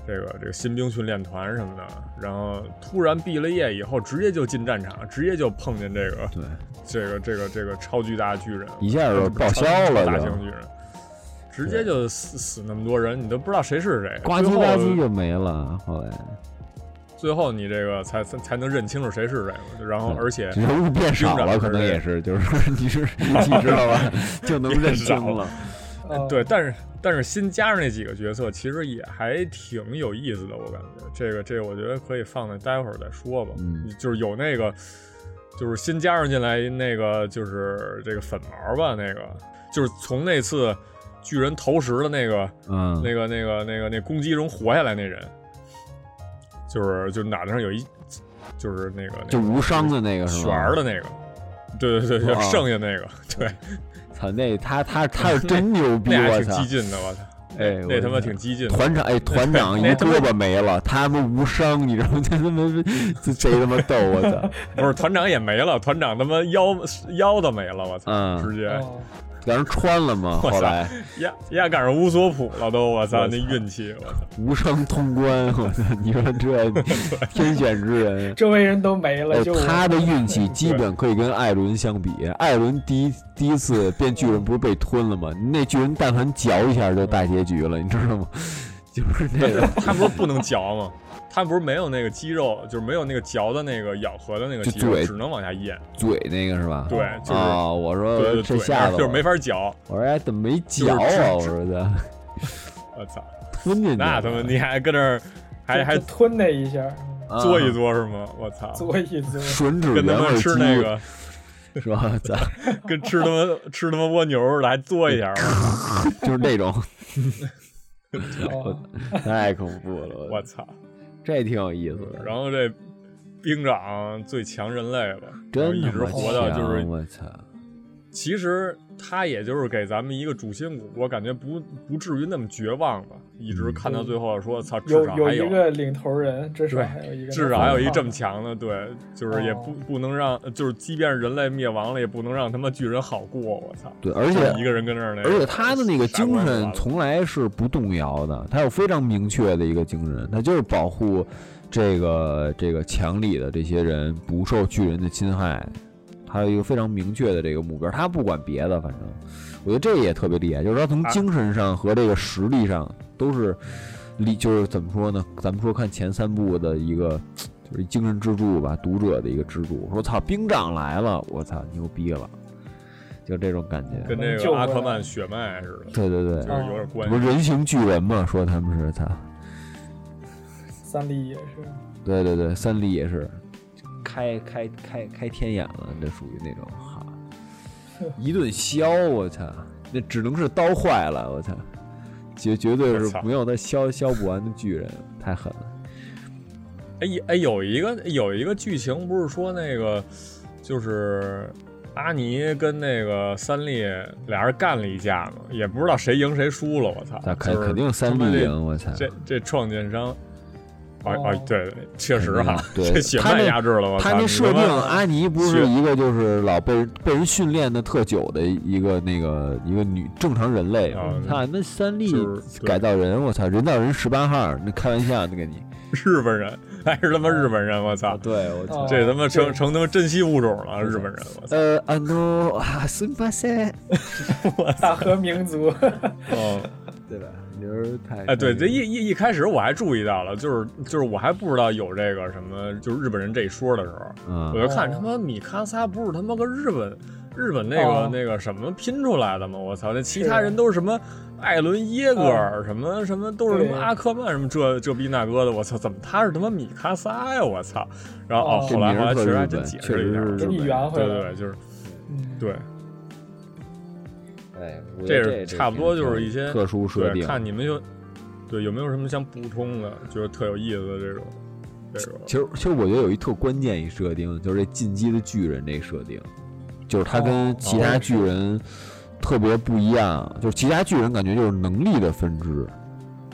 [SPEAKER 2] 这个这个新兵训练团什么的，然后突然毕了业以后，直接就进战场，直接就碰见这个
[SPEAKER 3] 对，
[SPEAKER 2] 这个这个这个超巨大巨人，
[SPEAKER 3] 一下就报销
[SPEAKER 2] 超
[SPEAKER 3] 了，
[SPEAKER 2] 大
[SPEAKER 3] 就
[SPEAKER 2] 型巨人。直接就死死那么多人，你都不知道谁是谁。
[SPEAKER 3] 呱
[SPEAKER 2] 最
[SPEAKER 3] 唧
[SPEAKER 2] 后
[SPEAKER 3] 呱唧就没了。后来
[SPEAKER 2] 最后你这个才才才能认清楚谁是谁嘛。然后
[SPEAKER 3] 嗯
[SPEAKER 2] 而且
[SPEAKER 3] 人物变少了，可能也是，就是你是你知道
[SPEAKER 2] (laughs)
[SPEAKER 3] 吧，就能认清
[SPEAKER 2] 变少
[SPEAKER 3] 了。
[SPEAKER 4] 呃，
[SPEAKER 2] 对，但是但是新加上那几个角色，其实也还挺有意思的，我感觉这个这个，我觉得可以放在待会儿再说吧。
[SPEAKER 3] 嗯，
[SPEAKER 2] 就是有那个，就是新加上进来那个，就是这个粉毛吧，那个就是从那次巨人投食的那个、
[SPEAKER 3] 嗯，
[SPEAKER 2] 那个那个那个那攻击中活下来那人，就是就是脑袋上有一就是那个
[SPEAKER 3] 就
[SPEAKER 2] 那
[SPEAKER 3] 无伤的那个
[SPEAKER 2] 个
[SPEAKER 3] 是
[SPEAKER 2] 旋
[SPEAKER 3] 吧？
[SPEAKER 2] 儿的那个，对对对，就
[SPEAKER 3] 啊
[SPEAKER 2] 剩下那个，对，
[SPEAKER 3] 操，那他他他是真牛
[SPEAKER 2] (laughs)
[SPEAKER 3] 逼，
[SPEAKER 2] 那还
[SPEAKER 3] 我
[SPEAKER 2] 挺
[SPEAKER 3] 操
[SPEAKER 2] 激！进的，我操。
[SPEAKER 3] 哎
[SPEAKER 2] 那
[SPEAKER 3] 我
[SPEAKER 2] 那他妈
[SPEAKER 3] 操
[SPEAKER 2] 挺激进的，
[SPEAKER 3] 团长
[SPEAKER 2] (laughs)
[SPEAKER 3] 哎，团长一
[SPEAKER 2] 那他妈
[SPEAKER 3] 胳膊没了，他们无伤，你知道吗？ (laughs) 这他妈这贼他妈逗，我操！
[SPEAKER 2] (laughs) 不是团长也没了，团长他妈腰腰都没了，我操！
[SPEAKER 3] 嗯
[SPEAKER 2] 直接
[SPEAKER 4] 哦，
[SPEAKER 3] 让人穿了嘛，
[SPEAKER 2] 我操
[SPEAKER 3] 后来
[SPEAKER 2] 压压赶上乌索普了都，我操！
[SPEAKER 3] (laughs) 我操
[SPEAKER 2] 那运气，我操！
[SPEAKER 3] 无伤通关，我操！你
[SPEAKER 2] (laughs)
[SPEAKER 3] 说这天选之人，
[SPEAKER 4] 周围人都没
[SPEAKER 3] 哎
[SPEAKER 4] 了，就我
[SPEAKER 3] 他的运
[SPEAKER 2] 嗯
[SPEAKER 3] 气基本可以跟艾伦相比。艾伦第一第一次变巨人不是被吞了吗？那巨人但凡嚼一下就大结局了，你知道吗？ (laughs) 就是那
[SPEAKER 2] (laughs)
[SPEAKER 3] 个
[SPEAKER 2] 他不是不能嚼吗？他不是没有那个肌肉，就是没有那个嚼的那个咬合的那个
[SPEAKER 3] 就
[SPEAKER 2] 肌肉，
[SPEAKER 3] 嘴
[SPEAKER 2] 只能往下咽。
[SPEAKER 3] 嘴那个是吧？
[SPEAKER 2] 对，就是、
[SPEAKER 3] 啊，我
[SPEAKER 2] 对
[SPEAKER 3] 说
[SPEAKER 2] 对
[SPEAKER 3] 这
[SPEAKER 2] 对，
[SPEAKER 3] 下子
[SPEAKER 2] 就是没法嚼。
[SPEAKER 3] 我说哎，怎么没嚼啊？我
[SPEAKER 2] 就是
[SPEAKER 3] 说的
[SPEAKER 2] 我操！
[SPEAKER 3] 吞进去了，
[SPEAKER 2] 那他妈你还搁那儿还
[SPEAKER 4] 就
[SPEAKER 2] 还
[SPEAKER 3] 嗯
[SPEAKER 4] 就吞那一下，
[SPEAKER 3] 啊
[SPEAKER 2] 嘬一嘬是吗？我操！
[SPEAKER 4] 嘬一嘬，
[SPEAKER 3] 吮指
[SPEAKER 2] 跟他
[SPEAKER 3] 原
[SPEAKER 2] 妈
[SPEAKER 3] 味
[SPEAKER 2] 吃
[SPEAKER 3] 鸡
[SPEAKER 2] 那个，
[SPEAKER 3] 是吧？ (laughs) 咱
[SPEAKER 2] 跟吃他妈吃他妈蜗牛似的，还嘬一下，
[SPEAKER 3] 就是那种， (laughs)
[SPEAKER 4] 哦，
[SPEAKER 3] 太恐怖了，
[SPEAKER 2] 我操！
[SPEAKER 3] 这挺有意思的，
[SPEAKER 2] 嗯然后这兵长最强人类吧，然后
[SPEAKER 3] 真
[SPEAKER 2] 一
[SPEAKER 3] 他
[SPEAKER 2] 直
[SPEAKER 3] 妈
[SPEAKER 2] 活到就
[SPEAKER 3] 强啊
[SPEAKER 2] 是，
[SPEAKER 3] 我操，
[SPEAKER 2] 其实他也就是给咱们一个主心骨，我感觉不不至于那么绝望吧。一
[SPEAKER 3] 嗯
[SPEAKER 2] 直看到最后说，操，至
[SPEAKER 4] 有
[SPEAKER 2] 少
[SPEAKER 4] 有
[SPEAKER 2] 还
[SPEAKER 4] 一个领头人，至少
[SPEAKER 2] 对
[SPEAKER 4] 还有一个，
[SPEAKER 2] 至少还有一这么，强的，对，就是也
[SPEAKER 4] 哦
[SPEAKER 2] 不不能让，就是即便是人类灭亡了，也不能让他妈巨人好过。我操，
[SPEAKER 3] 对，而
[SPEAKER 2] 就
[SPEAKER 3] 且
[SPEAKER 2] 一个人跟那儿那个，
[SPEAKER 3] 而且他的那个
[SPEAKER 2] 傻
[SPEAKER 3] 精
[SPEAKER 2] 瓜
[SPEAKER 3] 神
[SPEAKER 2] 似的
[SPEAKER 3] 从来是不动摇的，他有非常明确的一个精神，他就是保护这个这个墙里的这些人不受巨人的侵害，他有一个非常明确的这个目标，他不管别的，反正我觉得这也特别厉害，就是他从
[SPEAKER 2] 啊
[SPEAKER 3] 精神上和这个实力上都是力，就是怎么说呢？咱们说看前三部的一个。就是精神支柱吧，读者的一个支柱。说操，兵长来了，我操，牛逼了，就这种感觉。
[SPEAKER 2] 跟那个
[SPEAKER 4] 救回来
[SPEAKER 2] 阿克曼血脉似的，
[SPEAKER 3] 对对对，
[SPEAKER 2] 就是有点关
[SPEAKER 3] 不
[SPEAKER 2] 系
[SPEAKER 3] 是。人形巨人嘛？说他们是他，
[SPEAKER 4] 三笠也是，
[SPEAKER 3] 对对对，三笠也是，开开开开天眼了，这属于那种哈， (laughs) 一顿削，我操，那只能是刀坏了，我操，绝绝对
[SPEAKER 2] 我
[SPEAKER 3] 是
[SPEAKER 2] 操
[SPEAKER 3] 没有他削削不完的巨人，太狠了。
[SPEAKER 2] 哎有哎，有一个有一个剧情不是说那个，就是阿尼跟那个三笠俩人干了一架吗？也不知道谁赢谁输了，我操！
[SPEAKER 3] 那肯
[SPEAKER 2] 就是
[SPEAKER 3] 肯定三
[SPEAKER 2] 他妈
[SPEAKER 3] 笠
[SPEAKER 2] 这。
[SPEAKER 3] 赢，我操，
[SPEAKER 2] 这这创建商，啊啊
[SPEAKER 4] 哦，
[SPEAKER 2] 对，对确实哈，
[SPEAKER 3] 肯定对
[SPEAKER 2] 这血
[SPEAKER 3] 他
[SPEAKER 2] 脉
[SPEAKER 3] 那
[SPEAKER 2] 压制了，我
[SPEAKER 3] 他
[SPEAKER 2] 操
[SPEAKER 3] 那
[SPEAKER 2] 你
[SPEAKER 3] 设
[SPEAKER 2] 妈
[SPEAKER 3] 定，阿尼不是
[SPEAKER 2] 血
[SPEAKER 3] 一个就是老被人被人训练的特久的一个那个一个女正常人类
[SPEAKER 2] 啊，
[SPEAKER 3] 他那三笠
[SPEAKER 2] 就是对
[SPEAKER 3] 改造人，我操，人造人十八号，那开玩笑那个你，
[SPEAKER 2] 日本人还是他妈日本人，我操，
[SPEAKER 3] 啊对我
[SPEAKER 4] 操
[SPEAKER 2] 这他妈成
[SPEAKER 4] 对
[SPEAKER 2] 成他妈珍稀物种了，日本人，我操，
[SPEAKER 3] 呃，あの啊，すみません，
[SPEAKER 4] 大和
[SPEAKER 2] (laughs)
[SPEAKER 4] 民族，
[SPEAKER 2] 嗯，
[SPEAKER 3] 对吧？就是太
[SPEAKER 2] 哎，对，这一一一开始我还注意到了，就是就是我还不知道有这个什么，就是日本人这一说的时候，
[SPEAKER 3] 嗯
[SPEAKER 2] 我就看
[SPEAKER 4] 哦
[SPEAKER 2] 他妈米卡萨不是他妈个日本日本那个、
[SPEAKER 4] 哦
[SPEAKER 2] 那个什么拼出来的吗？我操，那其他
[SPEAKER 4] 是
[SPEAKER 2] 人都是什么艾伦耶格尔、什么什么都是什么
[SPEAKER 4] 对
[SPEAKER 2] 阿克曼什么这这逼那哥的，我操，怎么他是他妈米卡萨呀？我操！然后哦，
[SPEAKER 4] 哦
[SPEAKER 2] 后来
[SPEAKER 3] 这名
[SPEAKER 2] 后
[SPEAKER 3] 儿
[SPEAKER 2] 来
[SPEAKER 3] 特
[SPEAKER 2] 确实还
[SPEAKER 3] 日
[SPEAKER 2] 真
[SPEAKER 3] 本
[SPEAKER 2] 解
[SPEAKER 3] 确
[SPEAKER 2] 释了一
[SPEAKER 3] 实
[SPEAKER 2] 下
[SPEAKER 3] 是
[SPEAKER 2] 儿，
[SPEAKER 4] 给
[SPEAKER 3] 日
[SPEAKER 4] 你
[SPEAKER 3] 本
[SPEAKER 4] 圆回
[SPEAKER 2] 对
[SPEAKER 4] 来
[SPEAKER 2] 对
[SPEAKER 4] 了，
[SPEAKER 2] 对，就是
[SPEAKER 4] 嗯，
[SPEAKER 2] 对，
[SPEAKER 3] 哎，
[SPEAKER 2] 这是差不多就是一些
[SPEAKER 3] 特殊设
[SPEAKER 2] 对，
[SPEAKER 3] 定。
[SPEAKER 2] 看你们有对有没有什么想补充的，觉得特有意思的这种这种。
[SPEAKER 3] 其实，其实我觉得有一特关键一设定，就是这进击的巨人这设定，就是他跟其他巨人特别不一样，就是其他巨人感觉就是能力的分支。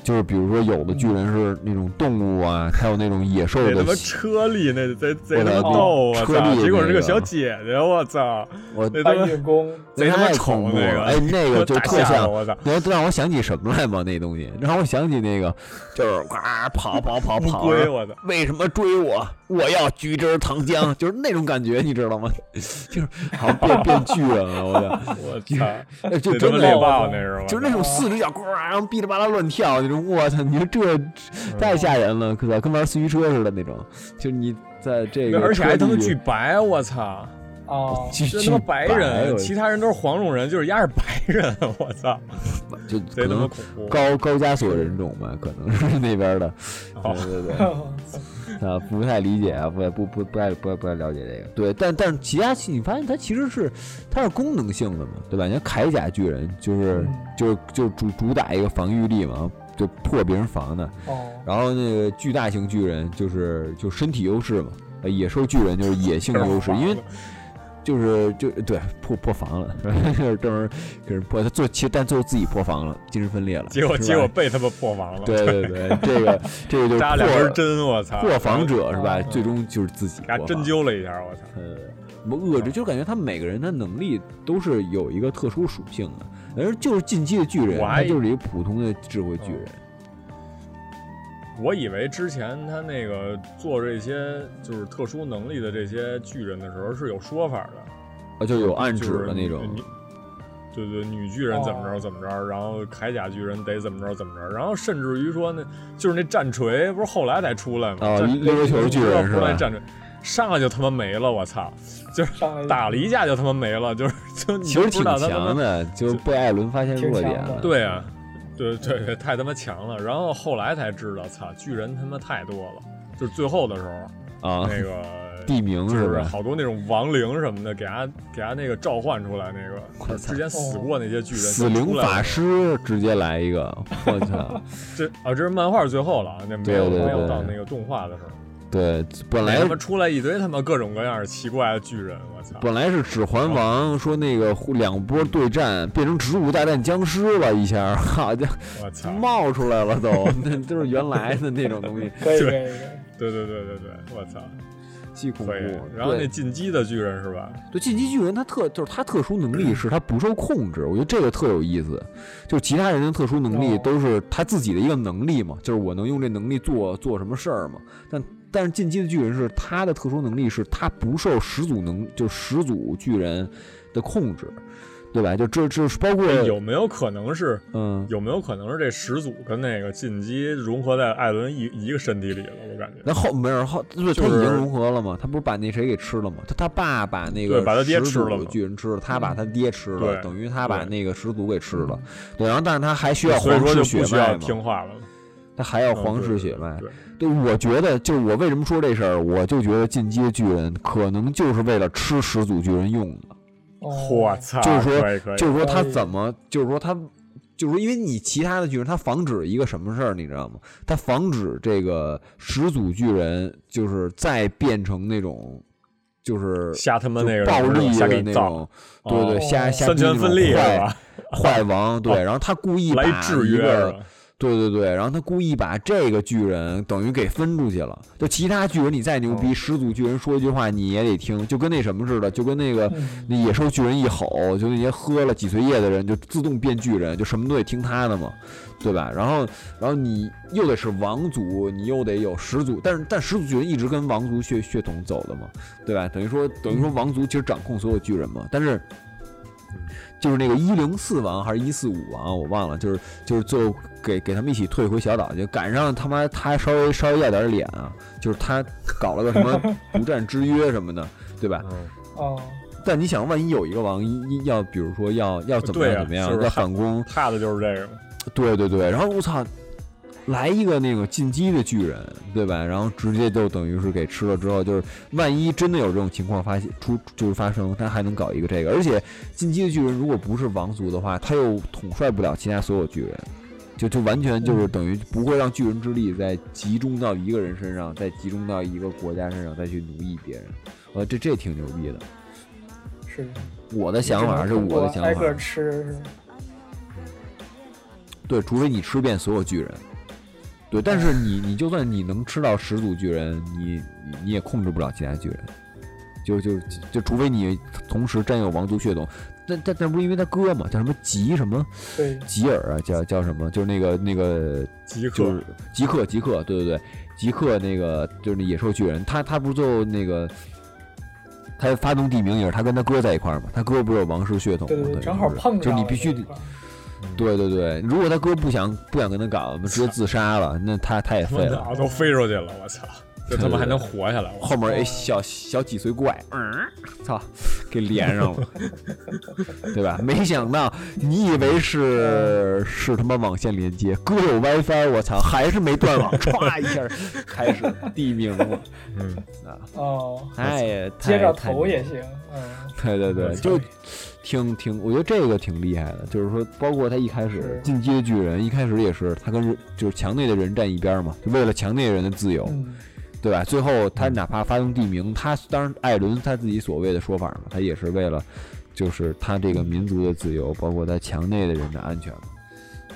[SPEAKER 3] 就是比如说，有的巨人是那种动物
[SPEAKER 2] (laughs)
[SPEAKER 3] 啊，还有那种野兽
[SPEAKER 2] 那他
[SPEAKER 3] 的
[SPEAKER 2] 妈车力那贼贼他妈
[SPEAKER 3] 我操
[SPEAKER 2] 逗我
[SPEAKER 3] 车
[SPEAKER 2] 操！
[SPEAKER 3] 力
[SPEAKER 2] 结果
[SPEAKER 3] 那
[SPEAKER 2] 是个
[SPEAKER 3] 个
[SPEAKER 2] 小姐姐，我操！
[SPEAKER 3] 我
[SPEAKER 2] 那他
[SPEAKER 4] 搬
[SPEAKER 2] 妈 (laughs)
[SPEAKER 4] 运工，
[SPEAKER 2] 贼他妈
[SPEAKER 3] 太
[SPEAKER 2] 丑
[SPEAKER 3] 恐怖
[SPEAKER 2] 那
[SPEAKER 3] 了！
[SPEAKER 2] 个，
[SPEAKER 3] 哎，
[SPEAKER 2] (laughs)
[SPEAKER 3] 那个就
[SPEAKER 2] 打
[SPEAKER 3] 特
[SPEAKER 2] 吓
[SPEAKER 3] 像
[SPEAKER 2] 我我操！
[SPEAKER 3] 你要让我想起什么来吗？那东西让我想起那个，就是呱跑跑跑
[SPEAKER 2] 乌
[SPEAKER 3] 跑，啊
[SPEAKER 2] 龟，我操！
[SPEAKER 3] 为什么追我？我要橘汁糖浆，就是那种感觉，你知道吗？ (laughs) 就是好像变变巨人了，我哎
[SPEAKER 2] 我操！
[SPEAKER 3] 的，就
[SPEAKER 2] 这他妈
[SPEAKER 3] 真的
[SPEAKER 2] 猎
[SPEAKER 4] 有
[SPEAKER 2] 豹那是吧？
[SPEAKER 3] 就是那种四只脚呱，然后哔哩吧啦乱跳那种就我操，你说这
[SPEAKER 2] 嗯
[SPEAKER 3] 太吓人了，可跟玩四驱车似的那种，就你在这个，
[SPEAKER 2] 而且还他妈巨白，我操！
[SPEAKER 4] 哦，
[SPEAKER 3] 巨
[SPEAKER 2] 这
[SPEAKER 3] 巨
[SPEAKER 2] 他妈白人，
[SPEAKER 3] 我
[SPEAKER 2] 其他人都是黄种人，就是丫是白人，我操，
[SPEAKER 3] 就
[SPEAKER 2] 贼
[SPEAKER 3] 可
[SPEAKER 2] 他妈
[SPEAKER 3] 能
[SPEAKER 2] 恐怖。
[SPEAKER 3] 高高加索人种吧，可能是那边的，
[SPEAKER 2] 嗯哦
[SPEAKER 3] 对对对。啊，不太理解啊，不不不不太不太不太了解这个。对，但但是其他系你发现它其实是它是功能性的嘛，对吧？你看铠甲巨人就是
[SPEAKER 4] 嗯
[SPEAKER 3] 就是就主主打一个防御力嘛，就破别人防的。
[SPEAKER 4] 哦，
[SPEAKER 3] 然后那个巨大型巨人就是就身体优势嘛，呃，野兽巨人就是野性
[SPEAKER 2] (laughs)
[SPEAKER 3] 优势，因为就是就对破破防了， (laughs) 就是这门给人破，他做其实但最后自己破防了，精神分裂了，
[SPEAKER 2] 结果
[SPEAKER 3] 是吧
[SPEAKER 2] 结果被他们破防了，
[SPEAKER 3] 对对对，这个这个就是
[SPEAKER 2] 扎两根
[SPEAKER 3] 破
[SPEAKER 2] 针，我操！
[SPEAKER 3] 破防者是吧？
[SPEAKER 4] 嗯
[SPEAKER 3] 最终就是自己
[SPEAKER 2] 给他
[SPEAKER 3] 破
[SPEAKER 2] 针
[SPEAKER 3] 防
[SPEAKER 2] 灸了一下，我操！
[SPEAKER 3] 呃，什么遏制，就感觉他每个人的能力都是有一个特殊属性的，而就是进击的巨人，
[SPEAKER 2] 我
[SPEAKER 3] 他
[SPEAKER 2] 还嗯
[SPEAKER 3] 就是一个普通的智慧巨人，
[SPEAKER 2] 我以为之前他那个做这些就是特殊能力的这些巨人的时候是有说法的，
[SPEAKER 3] 啊，就有暗
[SPEAKER 2] 就
[SPEAKER 3] 指
[SPEAKER 2] 是
[SPEAKER 3] 的那种，
[SPEAKER 2] 女。对对，女巨人怎么着怎么着，然后铠甲巨人得怎么着怎么着，然后甚至于说那就是那战锤，不是后来才出来吗？
[SPEAKER 3] 哦
[SPEAKER 2] 战
[SPEAKER 3] 溜溜球巨人
[SPEAKER 2] 不知道
[SPEAKER 3] 是吧
[SPEAKER 2] 出来战锤上来就他妈没了，我操！
[SPEAKER 4] 上来
[SPEAKER 2] 打了一架就他妈没了，就是就你
[SPEAKER 3] 其
[SPEAKER 2] 都
[SPEAKER 3] 实
[SPEAKER 2] 不
[SPEAKER 3] 挺
[SPEAKER 2] 知道他他妈
[SPEAKER 3] 强的，就是被艾伦发现弱点
[SPEAKER 4] 挺强
[SPEAKER 3] 了。
[SPEAKER 4] 的
[SPEAKER 2] 对啊，对对对，太他妈强了。然后后来才知道，操，巨人他妈太多了。就是最后的时候，
[SPEAKER 3] 啊，
[SPEAKER 2] 那个
[SPEAKER 3] 地名
[SPEAKER 2] 就是是
[SPEAKER 3] 吧？
[SPEAKER 2] 好多那种亡灵什么的，给他给他那个召唤出来，那
[SPEAKER 3] (laughs)
[SPEAKER 2] 个
[SPEAKER 3] 我
[SPEAKER 2] 就是
[SPEAKER 3] 操
[SPEAKER 2] 之前死过那些巨人，
[SPEAKER 3] 哦死灵法，师直接来一个，我操！
[SPEAKER 2] (laughs) 这啊这是漫画最后了，啊，那没有
[SPEAKER 3] 对对对
[SPEAKER 2] 没有到那个动画的时候，
[SPEAKER 3] 对，本
[SPEAKER 2] 那
[SPEAKER 3] 来
[SPEAKER 2] 他妈出来一堆他妈各种各样奇怪的巨人，我操！
[SPEAKER 3] 本来是《指环
[SPEAKER 2] 哦
[SPEAKER 3] 王》说那个互两波对战变成植物大战僵尸了，一下，好家伙！
[SPEAKER 2] 我操！
[SPEAKER 3] 冒出来了都，那都是原来的那种东西，
[SPEAKER 4] 可以
[SPEAKER 2] 对
[SPEAKER 4] 可以可以，
[SPEAKER 2] 对对对对对，我操！
[SPEAKER 3] 既恐怖
[SPEAKER 2] 可以。。然后那
[SPEAKER 3] 对
[SPEAKER 2] 进击的巨人是吧？
[SPEAKER 3] 对进击巨人，他特就是他特殊能
[SPEAKER 2] (clears throat)
[SPEAKER 3] 力是他不受控制，我觉得这个特有意思。就是其他人的特殊能力
[SPEAKER 4] 哦
[SPEAKER 3] 都是他自己的一个能力嘛，就是我能用这能力做做什么事儿嘛。但但是进击的巨人是他的特殊能力是他不受始祖能就是始祖巨人的控制，对吧？就这这是包括
[SPEAKER 2] 哎有没有可能是
[SPEAKER 3] 嗯。
[SPEAKER 2] 有没有可能是这始祖跟那个进击融合在艾伦一一个身体里了？我感觉，
[SPEAKER 3] 那后没有后，对，
[SPEAKER 2] 就
[SPEAKER 3] 他已经
[SPEAKER 2] 是
[SPEAKER 3] 融合了嘛？他不是把那谁给吃了吗？他他爸把那个
[SPEAKER 2] 对把他爹
[SPEAKER 3] 始
[SPEAKER 2] 吃
[SPEAKER 3] 祖
[SPEAKER 2] 了嘛
[SPEAKER 3] 巨人吃了，他把他爹吃了，
[SPEAKER 2] 对
[SPEAKER 3] 等于他把
[SPEAKER 2] 对
[SPEAKER 3] 那个始祖给吃了。
[SPEAKER 4] 嗯
[SPEAKER 3] 对，然后但是他还需要
[SPEAKER 2] 所以
[SPEAKER 3] 皇
[SPEAKER 2] 说就
[SPEAKER 3] 室
[SPEAKER 2] 不需
[SPEAKER 3] 血
[SPEAKER 2] 要
[SPEAKER 3] 脉
[SPEAKER 2] 听
[SPEAKER 3] 嘛？
[SPEAKER 2] 话了。
[SPEAKER 3] 他还要
[SPEAKER 2] 嗯
[SPEAKER 3] 皇
[SPEAKER 2] 对
[SPEAKER 3] 室
[SPEAKER 2] 对
[SPEAKER 3] 血脉。
[SPEAKER 2] 对，
[SPEAKER 3] 对，我觉得就是我为什么说这事儿，我就觉得进击的巨人可能就是为了吃始祖巨人用的。
[SPEAKER 4] 哦
[SPEAKER 2] 我操！
[SPEAKER 3] 就是说
[SPEAKER 2] 可以可以，
[SPEAKER 3] 就是说
[SPEAKER 4] 可
[SPEAKER 3] 他
[SPEAKER 4] 以
[SPEAKER 3] 怎么，就是说他，就是说因为你其他的巨人，他防止一个什么事儿，你知道吗？他防止这个始祖巨人就是再变成那种，就是
[SPEAKER 2] 瞎他妈
[SPEAKER 3] 就
[SPEAKER 2] 那个
[SPEAKER 3] 暴
[SPEAKER 2] 人
[SPEAKER 3] 力
[SPEAKER 2] 瞎
[SPEAKER 3] 的
[SPEAKER 2] 给
[SPEAKER 3] 那
[SPEAKER 2] 你
[SPEAKER 3] 种
[SPEAKER 2] 造，
[SPEAKER 3] 对对，
[SPEAKER 4] 哦
[SPEAKER 3] 瞎瞎
[SPEAKER 2] 三
[SPEAKER 3] 逼
[SPEAKER 2] 权
[SPEAKER 3] 那
[SPEAKER 2] 分
[SPEAKER 3] 种
[SPEAKER 2] 立是
[SPEAKER 3] 坏
[SPEAKER 2] 吧？
[SPEAKER 3] 坏王，对，
[SPEAKER 2] 哦
[SPEAKER 3] 然后他故意把
[SPEAKER 2] (laughs) 来制
[SPEAKER 3] 一
[SPEAKER 2] 约
[SPEAKER 3] 个，
[SPEAKER 2] 了，
[SPEAKER 3] 对对对，然后他故意把这个巨人等于给分出去了。就其他巨人你再牛逼，始祖巨人说一句话你也得听，就跟那什么似的，就跟那个
[SPEAKER 4] 嗯
[SPEAKER 3] 那野兽巨人一吼，就那些喝了几岁液的人就自动变巨人，就什么都得听他的嘛，对吧？然后，然后你又得是王族，你又得有始祖，但是但始祖巨人一直跟王族血血统走的嘛，对吧？等于说等于
[SPEAKER 2] 嗯
[SPEAKER 3] 说王族其实掌控所有巨人嘛，但是。就是那个一零四王还是一四五王，我忘了，就是就是最后给给他们一起退回小岛去，赶上他妈他稍微稍微要点脸啊，就是他搞了个什
[SPEAKER 2] (laughs)
[SPEAKER 3] 么独占之约什么的，对吧？
[SPEAKER 2] 嗯，
[SPEAKER 4] 哦，
[SPEAKER 3] 但你想，万一有一个王一一要，比如说要要怎么
[SPEAKER 2] 对
[SPEAKER 3] 样
[SPEAKER 2] 呀
[SPEAKER 3] 怎么样，
[SPEAKER 2] 是不是
[SPEAKER 3] 要反攻，
[SPEAKER 2] 怕的就是这个嘛。
[SPEAKER 3] 对对对，然后我操，来一个那个进击的巨人，对吧？然后直接就等于是给吃了之后，就是万一真的有这种情况发现出就是发生，他还能搞一个这个，而且进击的巨人如果不是王族的话，他又统帅不了其他所有巨人。就就完全就是等于不会让巨人之力再集中到一个人身上，再集中到一个国家身上，再去奴役别人，呃，这这挺牛逼的。
[SPEAKER 4] 是
[SPEAKER 3] 我的想法是
[SPEAKER 4] 只能
[SPEAKER 3] 我的
[SPEAKER 4] 通
[SPEAKER 3] 想
[SPEAKER 4] 过挨
[SPEAKER 3] 法，
[SPEAKER 4] 个吃是吧
[SPEAKER 3] 对，除非你吃遍所有巨人。对，但是你你就算你能吃到始祖巨人，你你你也控制不了其他巨人，就就就除非你同时占有王族血统。但但但不是因为他哥嘛，叫什么吉什么
[SPEAKER 4] 对，
[SPEAKER 3] 吉尔啊，叫叫什么？就是那个那个
[SPEAKER 2] 即
[SPEAKER 3] 就
[SPEAKER 2] 刻
[SPEAKER 3] 是吉克吉克，对对对，吉克那个就是那野兽巨人，他他不是最后那个他发动地名也是他跟他哥在一块儿嘛，他哥不是有王室血统吗？
[SPEAKER 4] 对对对，
[SPEAKER 3] 等于
[SPEAKER 4] 正好
[SPEAKER 3] 是
[SPEAKER 4] 碰上
[SPEAKER 3] 就是你
[SPEAKER 4] 了
[SPEAKER 3] 必须
[SPEAKER 4] 这
[SPEAKER 3] 得
[SPEAKER 4] 一块儿
[SPEAKER 3] 对对对，如果他哥不想不想跟他搞，直接自杀了，那他他也
[SPEAKER 2] 他
[SPEAKER 3] 废
[SPEAKER 2] 妈
[SPEAKER 3] 了。
[SPEAKER 4] (laughs)
[SPEAKER 2] 的啊都飞出去了，我操！这他妈还能活下来？我
[SPEAKER 3] 后面一小小脊髓怪，嗯，操，给连上
[SPEAKER 4] (laughs)
[SPEAKER 3] 了，对吧？没想到你以为
[SPEAKER 4] 嗯
[SPEAKER 3] 是是他妈网线连接，哥有 WiFi，我操，还是没断网，歘一下开始地名了，
[SPEAKER 2] 嗯，
[SPEAKER 3] 啊，
[SPEAKER 4] 哦，
[SPEAKER 3] 太也
[SPEAKER 4] 接着
[SPEAKER 3] 太太
[SPEAKER 4] 头也行，嗯，
[SPEAKER 3] (laughs) 对对对，
[SPEAKER 2] 我操
[SPEAKER 3] 就挺挺，我觉得这个挺厉害的，就是说，包括他一开始
[SPEAKER 4] 是
[SPEAKER 3] 进击的巨人，一开始也是他跟人就是墙内的人站一边嘛，就为了墙内人的自由，
[SPEAKER 4] 嗯，
[SPEAKER 3] 对吧？最后他哪怕发动地名，他当然艾伦他自己所谓的说法嘛，他也是为了就是他这个民族的自由，包括他墙内的人的安全嘛，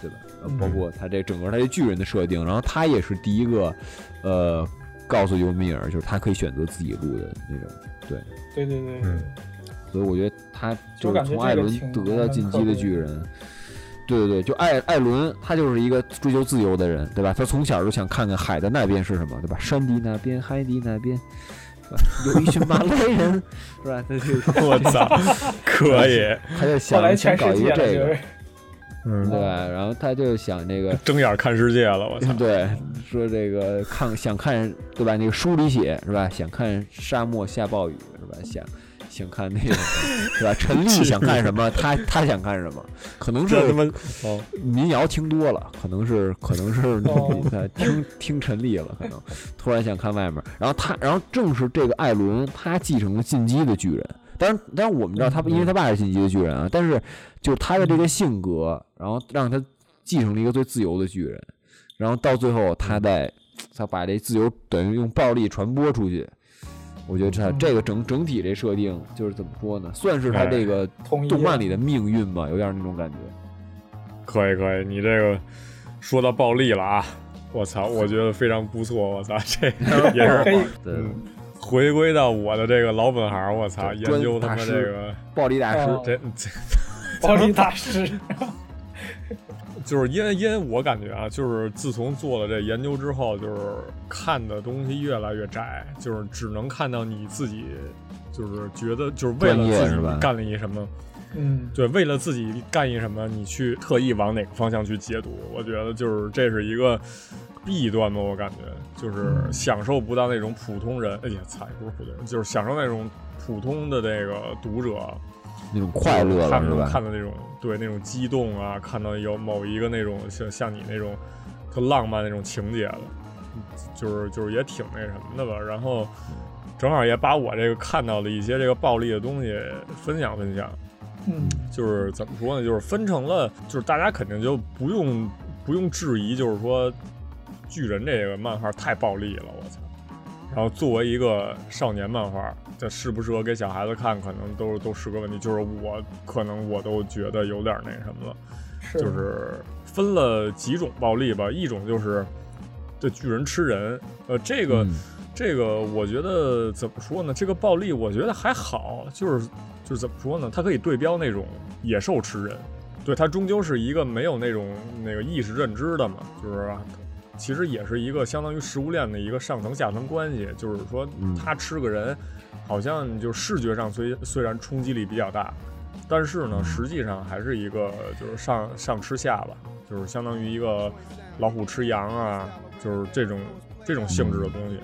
[SPEAKER 3] 对吧？呃
[SPEAKER 4] 嗯
[SPEAKER 3] 包括他这整个他这巨人的设定，然后他也是第一个，呃，告诉尤米尔就是他可以选择自己路的那种，对。
[SPEAKER 4] 对对对，
[SPEAKER 2] 嗯
[SPEAKER 3] 所以我觉得他就
[SPEAKER 4] 就
[SPEAKER 3] 是
[SPEAKER 4] 感觉
[SPEAKER 3] 从
[SPEAKER 4] 这
[SPEAKER 3] 艾
[SPEAKER 4] 个
[SPEAKER 3] 伦
[SPEAKER 4] 挺
[SPEAKER 3] 得
[SPEAKER 4] 难
[SPEAKER 3] 到
[SPEAKER 4] 能
[SPEAKER 3] 进
[SPEAKER 4] 克
[SPEAKER 3] 击的
[SPEAKER 4] 服
[SPEAKER 3] 巨人，对对对，就艾艾伦他就是一个追求自由的人，对吧？他从小就想看看海的那边是什么，对吧？山的那边，海的那边，是吧有一群马来人，是吧？他就
[SPEAKER 2] 我 (laughs) 操，可以，
[SPEAKER 3] 他就
[SPEAKER 4] 后来
[SPEAKER 3] 想想
[SPEAKER 4] 全
[SPEAKER 3] 搞
[SPEAKER 4] 世
[SPEAKER 3] 一
[SPEAKER 4] 界
[SPEAKER 3] 个
[SPEAKER 4] 了，
[SPEAKER 3] 这
[SPEAKER 4] 就
[SPEAKER 3] 个，
[SPEAKER 4] 是
[SPEAKER 2] 嗯，
[SPEAKER 3] 对吧？然后他就想那个
[SPEAKER 2] 睁眼看世界了，我操！
[SPEAKER 3] (laughs) 对，说这个看想看对吧？那个书里写是吧？想看沙漠下暴雨是吧？想想看那个是吧？ (laughs) 陈粒想看什么，他他想看什么，可
[SPEAKER 2] (laughs)
[SPEAKER 3] 能
[SPEAKER 2] 这他
[SPEAKER 3] 是
[SPEAKER 2] 妈哦，
[SPEAKER 3] 民谣听多了，可能是可能是
[SPEAKER 4] 哦
[SPEAKER 3] 他听听陈粒了，可能突然想看外面。然后他，然后正是这个艾伦，他继承了进击的巨人。当然，当然我们知道他，因为他爸是进击的巨人啊，但是就他的这个性格，然后让他继承了一个最自由的巨人。然后到最后，他在他把这自由等于用暴力传播出去。我觉得他
[SPEAKER 4] 嗯
[SPEAKER 3] 这个整整体这设定就是怎么说呢，算是他这个
[SPEAKER 4] 统一
[SPEAKER 3] 动漫
[SPEAKER 4] (laughs)
[SPEAKER 3] 里的命运吧，有点那种感觉。
[SPEAKER 2] 可以可以，你这个说到暴力了啊！我 (laughs) 操，我觉得非常不错，我操，这 (laughs) 也
[SPEAKER 4] 可
[SPEAKER 2] 是
[SPEAKER 4] 以
[SPEAKER 3] 对。
[SPEAKER 2] 嗯回归到我的这个老本行，我操，
[SPEAKER 3] 对
[SPEAKER 2] 研究他妈
[SPEAKER 3] 专大师
[SPEAKER 2] 这个
[SPEAKER 3] 暴力大师，
[SPEAKER 4] 哦
[SPEAKER 2] 这这，
[SPEAKER 4] 暴力大师，
[SPEAKER 3] (laughs)
[SPEAKER 2] 就是因为因为我感觉啊，就是自从做了这研究之后，就是看的东西越来越窄，就是只能看到你自己，就是觉得就是为了
[SPEAKER 3] 专业
[SPEAKER 2] 自
[SPEAKER 3] 是吧
[SPEAKER 2] 己干了一什么。
[SPEAKER 4] 嗯，
[SPEAKER 2] 对，为了自己干一什么，你去特意往哪个方向去解读，我觉得就是这是一个弊端吧，我感觉就是享受不到那种普通人，哎呀，操，也不是普通人，就是享受那种普通的这个读者
[SPEAKER 3] 那种快乐
[SPEAKER 2] 他
[SPEAKER 3] 了，是
[SPEAKER 2] 们看
[SPEAKER 3] 吧？
[SPEAKER 2] 到那种对那种激动啊，看到有某一个那种像像你那种特浪漫那种情节了，就是就是也挺那什么的吧。然后正好也把我这个看到的一些这个暴力的东西分享分享。
[SPEAKER 4] 嗯，
[SPEAKER 2] 就是怎么说呢？就是分成了，就是大家肯定就不用不用质疑，就是说巨人这个漫画太暴力了，我操！然后作为一个少年漫画，这适不适合给小孩子看，可能都 (laughs) 都是个问题。就是我可能我都觉得有点那什么了。
[SPEAKER 4] 是，
[SPEAKER 2] 就是分了几种暴力吧，一种就是这巨人吃人，呃，这个、
[SPEAKER 3] 嗯
[SPEAKER 2] 这个我觉得怎么说呢？这个暴力我觉得还好，就是就是怎么说呢？它可以对标那种野兽吃人，对，它终究是一个没有那种那个意识认知的嘛，就是。啊其实也是一个相当于食物链的一个上层下层关系，就是说
[SPEAKER 3] 嗯
[SPEAKER 2] 他吃个人，好像就视觉上虽虽然冲击力比较大，但是呢，实际上还是一个就是上上吃下吧，就是相当于一个老虎吃羊啊，就是这种这种性质的东西。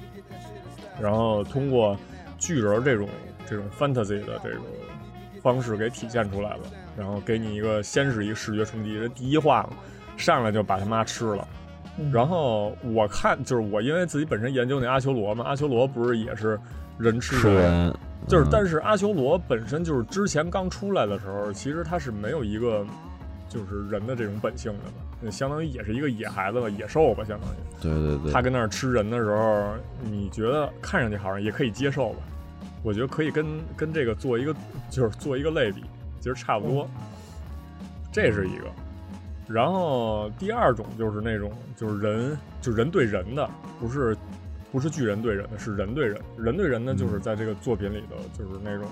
[SPEAKER 2] 然后通过巨人这种这种 fantasy 的这种方式给体现出来了，然后给你一个先是一个视觉冲击，这第一话嘛上来就把他妈吃了。
[SPEAKER 4] 嗯
[SPEAKER 2] 然后我看就是我因为自己本身研究那阿修罗嘛，阿修罗不是也是人吃
[SPEAKER 3] 吃
[SPEAKER 2] 人，
[SPEAKER 3] 人，
[SPEAKER 2] 就是
[SPEAKER 3] 嗯
[SPEAKER 2] 但是阿修罗本身就是之前刚出来的时候，其实他是没有一个就是人的这种本性的嘛，那相当于也是一个野孩子吧，野兽吧，相当于
[SPEAKER 3] 对对对，
[SPEAKER 2] 他跟那儿吃人的时候，你觉得看上去好像也可以接受吧？我觉得可以跟跟这个做一个就是做一个类比，其实差不多。这是一个。然后第二种就是那种就是人就人对人的，不是不是巨人对人的，是人对人。人对人呢，就是在这个作品里头就是那种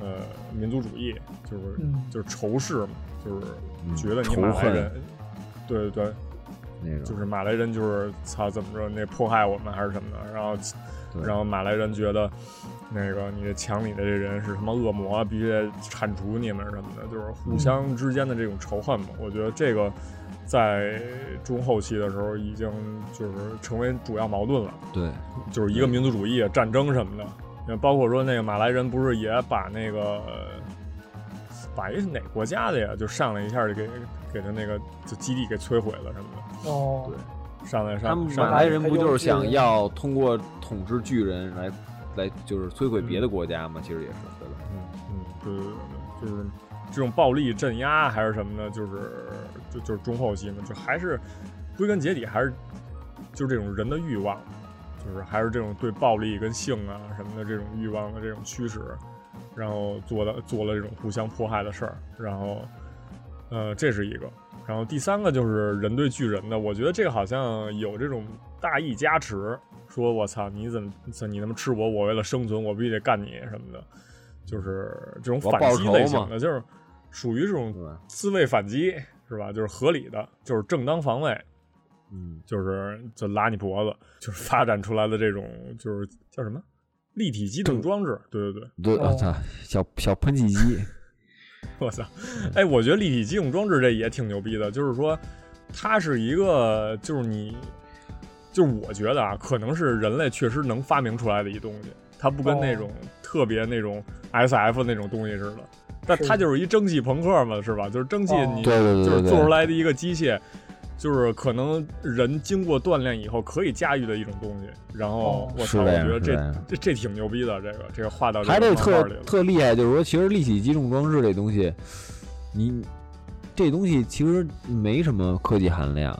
[SPEAKER 2] 呃民族主义，就是、
[SPEAKER 4] 嗯
[SPEAKER 2] 就是仇视嘛，就是觉得你
[SPEAKER 3] 仇
[SPEAKER 2] 马来
[SPEAKER 3] 恨
[SPEAKER 2] 人，对对对，
[SPEAKER 3] 那种，
[SPEAKER 2] 就是马来人就是操怎么着那迫害我们还是什么的，然后
[SPEAKER 3] 对
[SPEAKER 2] 然后马来人觉得那个你这墙里的这人是什么恶魔，啊必须得铲除你们什么的，就是互
[SPEAKER 3] 嗯
[SPEAKER 2] 相之间的这种仇恨嘛。我觉得这个在中后期的时候已经就是成为主要矛盾了。
[SPEAKER 3] 对
[SPEAKER 2] 就是一个民族主义啊战争什么的，呃包括说那个马来人不是也把那个呃把一哪国家的呀，就上来一下就给给他那个就基地给摧毁了什么的，
[SPEAKER 4] 哦，
[SPEAKER 2] 上来
[SPEAKER 5] 他
[SPEAKER 2] 上
[SPEAKER 5] 们
[SPEAKER 2] 来
[SPEAKER 5] 马
[SPEAKER 2] 上
[SPEAKER 5] 来
[SPEAKER 2] 来
[SPEAKER 5] 人不就是想要通过统治巨人来来就是摧毁别的国家吗？其实也是，对吧？
[SPEAKER 2] 嗯嗯对对对，对就是这种暴力镇压还是什么的，就是就就是中后期嘛，就还是归根结底还是就是这种人的欲望，就是还是这种对暴力跟性啊什么的这种欲望的这种驱使，然后做的做了这种互相迫害的事儿，然后呃这是一个，然后第三个就是人对巨人的，我觉得这个好像有这种大义加持，说我操你怎么你他妈吃我，我为了生存我必须得干你什么的，就是这种
[SPEAKER 5] 我
[SPEAKER 2] 反
[SPEAKER 5] 报
[SPEAKER 2] 击
[SPEAKER 5] 仇
[SPEAKER 2] 类型
[SPEAKER 5] 嘛
[SPEAKER 2] 的，就是属于这种
[SPEAKER 5] 对吧
[SPEAKER 2] 自卫反击是吧？就是合理的，就是正当防卫。
[SPEAKER 5] 嗯，
[SPEAKER 2] 就是就拉你脖子，就是发展出来的这种就是叫什么立体机动装置，对对对，
[SPEAKER 3] 对，我
[SPEAKER 4] 哦
[SPEAKER 3] 操，啊小小
[SPEAKER 5] (laughs)
[SPEAKER 3] 喷气机，
[SPEAKER 2] 我操，哎，我觉得立体机动装置这也挺牛逼的，就是说它是一个就是你就是我觉得啊，可能是人类确实能发明出来的一东西，它不跟
[SPEAKER 4] 哦
[SPEAKER 2] 那种特别那种 S F 那种东西似的。但
[SPEAKER 4] 是
[SPEAKER 2] 它就是一蒸汽朋克嘛，是吧？就是蒸汽
[SPEAKER 4] 哦
[SPEAKER 2] 你
[SPEAKER 3] 对对对
[SPEAKER 2] 就是
[SPEAKER 3] 对
[SPEAKER 2] 做出
[SPEAKER 3] 对
[SPEAKER 2] 来的一个机械，就是可能人经过锻炼以后可以驾驭的一种东西。然后
[SPEAKER 4] 哦
[SPEAKER 2] 我
[SPEAKER 3] 是
[SPEAKER 2] 操，我
[SPEAKER 3] 这样
[SPEAKER 2] 觉得
[SPEAKER 3] 是这
[SPEAKER 2] 这
[SPEAKER 3] 样
[SPEAKER 2] 这这挺牛逼的，这个这个画到这
[SPEAKER 3] 还
[SPEAKER 2] 个
[SPEAKER 3] 得
[SPEAKER 2] 漫画
[SPEAKER 3] 特
[SPEAKER 2] 里了。
[SPEAKER 3] 特厉害，就是说，其实立体机动装置这东西，你这东西其实没什么科技含量，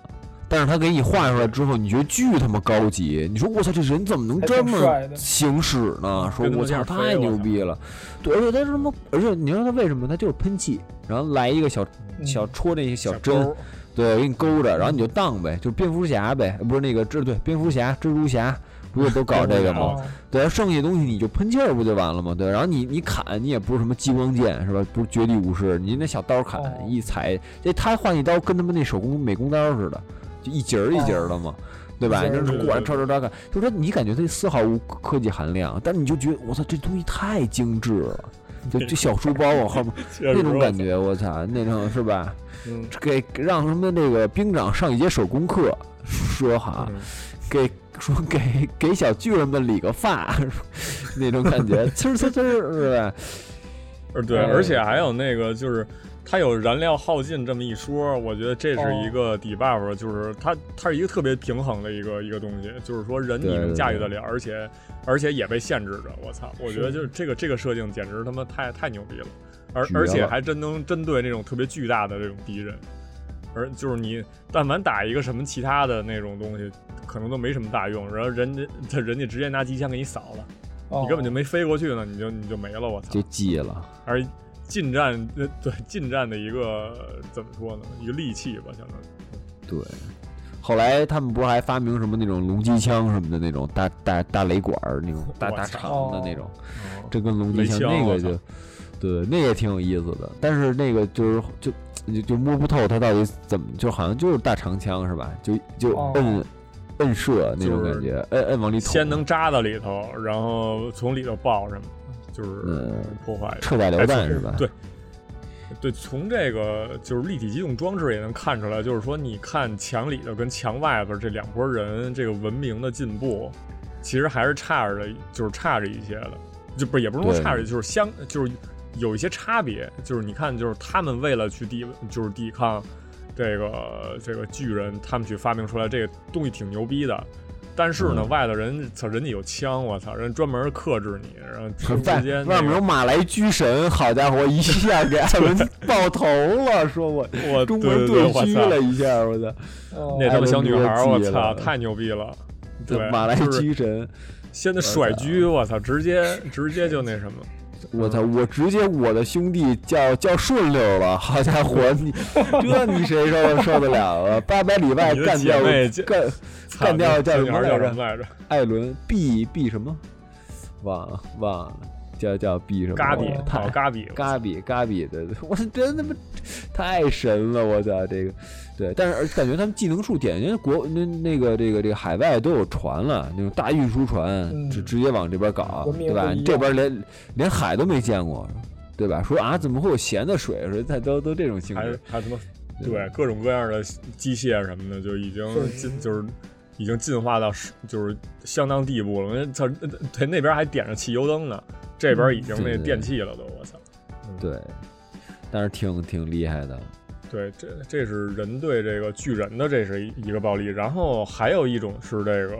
[SPEAKER 3] 但是它给你画出来之后，你觉得巨他妈高级。你说我操，这人怎么能
[SPEAKER 4] 还
[SPEAKER 3] 这
[SPEAKER 4] 挺帅
[SPEAKER 3] 么
[SPEAKER 4] 的
[SPEAKER 3] 行驶呢？说
[SPEAKER 2] 嗯跟他
[SPEAKER 3] 我
[SPEAKER 2] 们
[SPEAKER 3] 操，
[SPEAKER 2] 像
[SPEAKER 3] 太
[SPEAKER 2] 飞
[SPEAKER 3] 牛
[SPEAKER 2] 我操
[SPEAKER 3] 逼了！对，而且它是他妈，而且你知道它为什么？它就是喷气，然后来一个小
[SPEAKER 4] 嗯
[SPEAKER 3] 小戳那些小
[SPEAKER 2] 小
[SPEAKER 3] 针
[SPEAKER 2] 钩，嗯
[SPEAKER 3] 对，给你勾着，然后你就荡呗，就是蝙蝠侠呗，呃不是那个蜘对蝙蝠侠、蜘蛛侠，不是都搞这个吗？
[SPEAKER 4] 哦，
[SPEAKER 3] 对，剩下东西你就喷气儿不就完了吗？对，然后你你砍，你也不是什么激光剑是吧？不是绝地武士，你那小刀砍、
[SPEAKER 4] 哦
[SPEAKER 3] 一踩，这他换一刀跟他们那手工美工刀似的，就一节儿一节儿的嘛，对吧？
[SPEAKER 4] 哦一节
[SPEAKER 3] 就
[SPEAKER 4] 儿
[SPEAKER 3] 是
[SPEAKER 2] 一节儿
[SPEAKER 3] 过来
[SPEAKER 2] 对
[SPEAKER 3] 戳戳戳砍，就说你感觉它丝毫无科技含量，但是你就觉得我操，这东西太精致了，就就小书包往
[SPEAKER 4] (laughs)
[SPEAKER 3] 后面
[SPEAKER 2] (laughs) 确
[SPEAKER 3] 那
[SPEAKER 2] 实
[SPEAKER 3] 种
[SPEAKER 2] 我
[SPEAKER 3] 感
[SPEAKER 2] 操
[SPEAKER 3] 觉，我操，那种是吧？
[SPEAKER 2] 嗯
[SPEAKER 3] 给让他们那个兵长上一节手工课，说哈。
[SPEAKER 2] 嗯
[SPEAKER 3] 给说给给小巨人们理个发，那种感
[SPEAKER 2] (laughs)
[SPEAKER 3] 觉，呲儿呲儿呲儿，是吧？
[SPEAKER 2] 呃，对，
[SPEAKER 3] 嗯
[SPEAKER 2] 而且还有那个就是。它有燃料耗尽这么一说，我觉得这是
[SPEAKER 3] 哦
[SPEAKER 2] 一个底 buff，就是它它是一个特别平衡的一个一个东西，就是说人你
[SPEAKER 3] 对
[SPEAKER 2] 能
[SPEAKER 3] 对
[SPEAKER 2] 驾驭
[SPEAKER 3] 对
[SPEAKER 2] 得了，而且而且也被限制着。我操，我觉得就是这个这个设定简直他妈太太牛逼了，而
[SPEAKER 3] 绝
[SPEAKER 2] 而且
[SPEAKER 3] 了
[SPEAKER 2] 还真能针对那种特别巨大的这种敌人，而就是你但凡打一个什么其他的那种东西，可能都没什么大用，然后人家他人家直接拿机枪给你扫了，
[SPEAKER 4] 哦
[SPEAKER 2] 你根本就没飞过去呢，你就你就没了，我操
[SPEAKER 3] 就！记了，
[SPEAKER 2] 而近战呃对近战的一个呃怎么说呢？一个利器吧，相当于。
[SPEAKER 3] 对。后来他们不是还发明什么那种龙机枪什么的那种大大大雷管儿那种大
[SPEAKER 2] 我
[SPEAKER 3] 大
[SPEAKER 2] 操
[SPEAKER 3] 长的那种，
[SPEAKER 2] 哦
[SPEAKER 3] 这跟龙机
[SPEAKER 2] 雷
[SPEAKER 3] 枪
[SPEAKER 2] 枪
[SPEAKER 3] 那个
[SPEAKER 2] 我操
[SPEAKER 3] 就，对，那也挺有意思的。但是那个就是就就就摸不透它到底怎么，就好像就是大长枪是吧？就就
[SPEAKER 4] 哦
[SPEAKER 3] 摁摁射那种
[SPEAKER 2] 就是
[SPEAKER 3] 感觉，摁摁往里捅，
[SPEAKER 2] 先能扎到里头，然后从里头爆什么，就是
[SPEAKER 3] 嗯
[SPEAKER 2] 破坏的。
[SPEAKER 3] 撤改榴弹
[SPEAKER 2] 哎
[SPEAKER 3] 是吧？
[SPEAKER 2] 对，对，从这个就是立体机动装置也能看出来，就是说，你看墙里头跟墙外边这两拨人，这个文明的进步，其实还是差着的，就是差着一些的，就不是也不是说
[SPEAKER 3] 对
[SPEAKER 2] 差着，就是相就是有一些差别，就是你看，就是他们为了去抵就是抵抗这个这个巨人，他们去发明出来这个东西挺牛逼的。但是呢，
[SPEAKER 3] 嗯
[SPEAKER 2] 外头人操，人家有枪，我操，人专门克制你，然后直
[SPEAKER 3] (laughs) 外
[SPEAKER 2] 接
[SPEAKER 3] 外面有马来狙神，好家伙，一下给
[SPEAKER 2] (laughs)
[SPEAKER 3] 艾伦爆头了，说我
[SPEAKER 2] 我
[SPEAKER 3] 中
[SPEAKER 2] 对
[SPEAKER 3] 国
[SPEAKER 2] 啊对对
[SPEAKER 3] 队
[SPEAKER 2] 我
[SPEAKER 3] 狙
[SPEAKER 2] 操
[SPEAKER 3] 了一下，我操，
[SPEAKER 4] 哦
[SPEAKER 2] 那他妈小女孩儿，
[SPEAKER 3] 艾
[SPEAKER 2] 我
[SPEAKER 3] 伦多吉
[SPEAKER 2] 操，
[SPEAKER 3] 了
[SPEAKER 2] 太牛逼了！对
[SPEAKER 3] 这，马来
[SPEAKER 2] 就是
[SPEAKER 3] 狙神，
[SPEAKER 2] 现
[SPEAKER 3] 哎
[SPEAKER 2] 在甩狙，我操，直接直接就那什么，
[SPEAKER 3] 我
[SPEAKER 2] 嗯
[SPEAKER 3] 操，我直接我的兄弟叫叫顺溜了，好家伙，你这你谁受受得了啊？八百里外
[SPEAKER 2] 你的
[SPEAKER 3] 干
[SPEAKER 2] 姐
[SPEAKER 3] 掉
[SPEAKER 2] 妹这
[SPEAKER 3] 干
[SPEAKER 2] 操
[SPEAKER 3] 干掉
[SPEAKER 2] 那
[SPEAKER 3] 叫
[SPEAKER 2] 小
[SPEAKER 3] 什
[SPEAKER 2] 女孩儿
[SPEAKER 3] 么
[SPEAKER 2] 叫
[SPEAKER 3] 来
[SPEAKER 2] 什么
[SPEAKER 3] 着？
[SPEAKER 2] 来着？
[SPEAKER 3] 艾伦 B B 什么？忘了忘了，叫叫 B 什么的
[SPEAKER 2] 嘎比，
[SPEAKER 3] 太
[SPEAKER 2] 好嘎比，
[SPEAKER 3] 嘎比嘎比的，我真他妈太神了！我操，这个对，但是而感觉他们技能树点，因为国那那个这个这个海外都有船了，那种大运输船，
[SPEAKER 4] 嗯
[SPEAKER 3] 直直接往这边搞，
[SPEAKER 4] 文明
[SPEAKER 3] 对吧
[SPEAKER 4] 不一？样
[SPEAKER 3] 这边连连海都没见过，对吧？说啊，怎么会有咸的水？说它都都这种性
[SPEAKER 2] 还
[SPEAKER 3] 质，
[SPEAKER 2] 还他妈对各种各样的机械什么的，就已经
[SPEAKER 4] 对
[SPEAKER 2] 进就是已经进化到是就是相当地步了。那操，对那边还点着汽油灯呢，这边已经
[SPEAKER 3] 嗯对
[SPEAKER 2] 那
[SPEAKER 3] 对
[SPEAKER 2] 电器了都，我操！
[SPEAKER 3] 对，但是挺挺厉害的，
[SPEAKER 2] 对，这这是人对这个巨人的这是一个暴力，然后还有一种是这个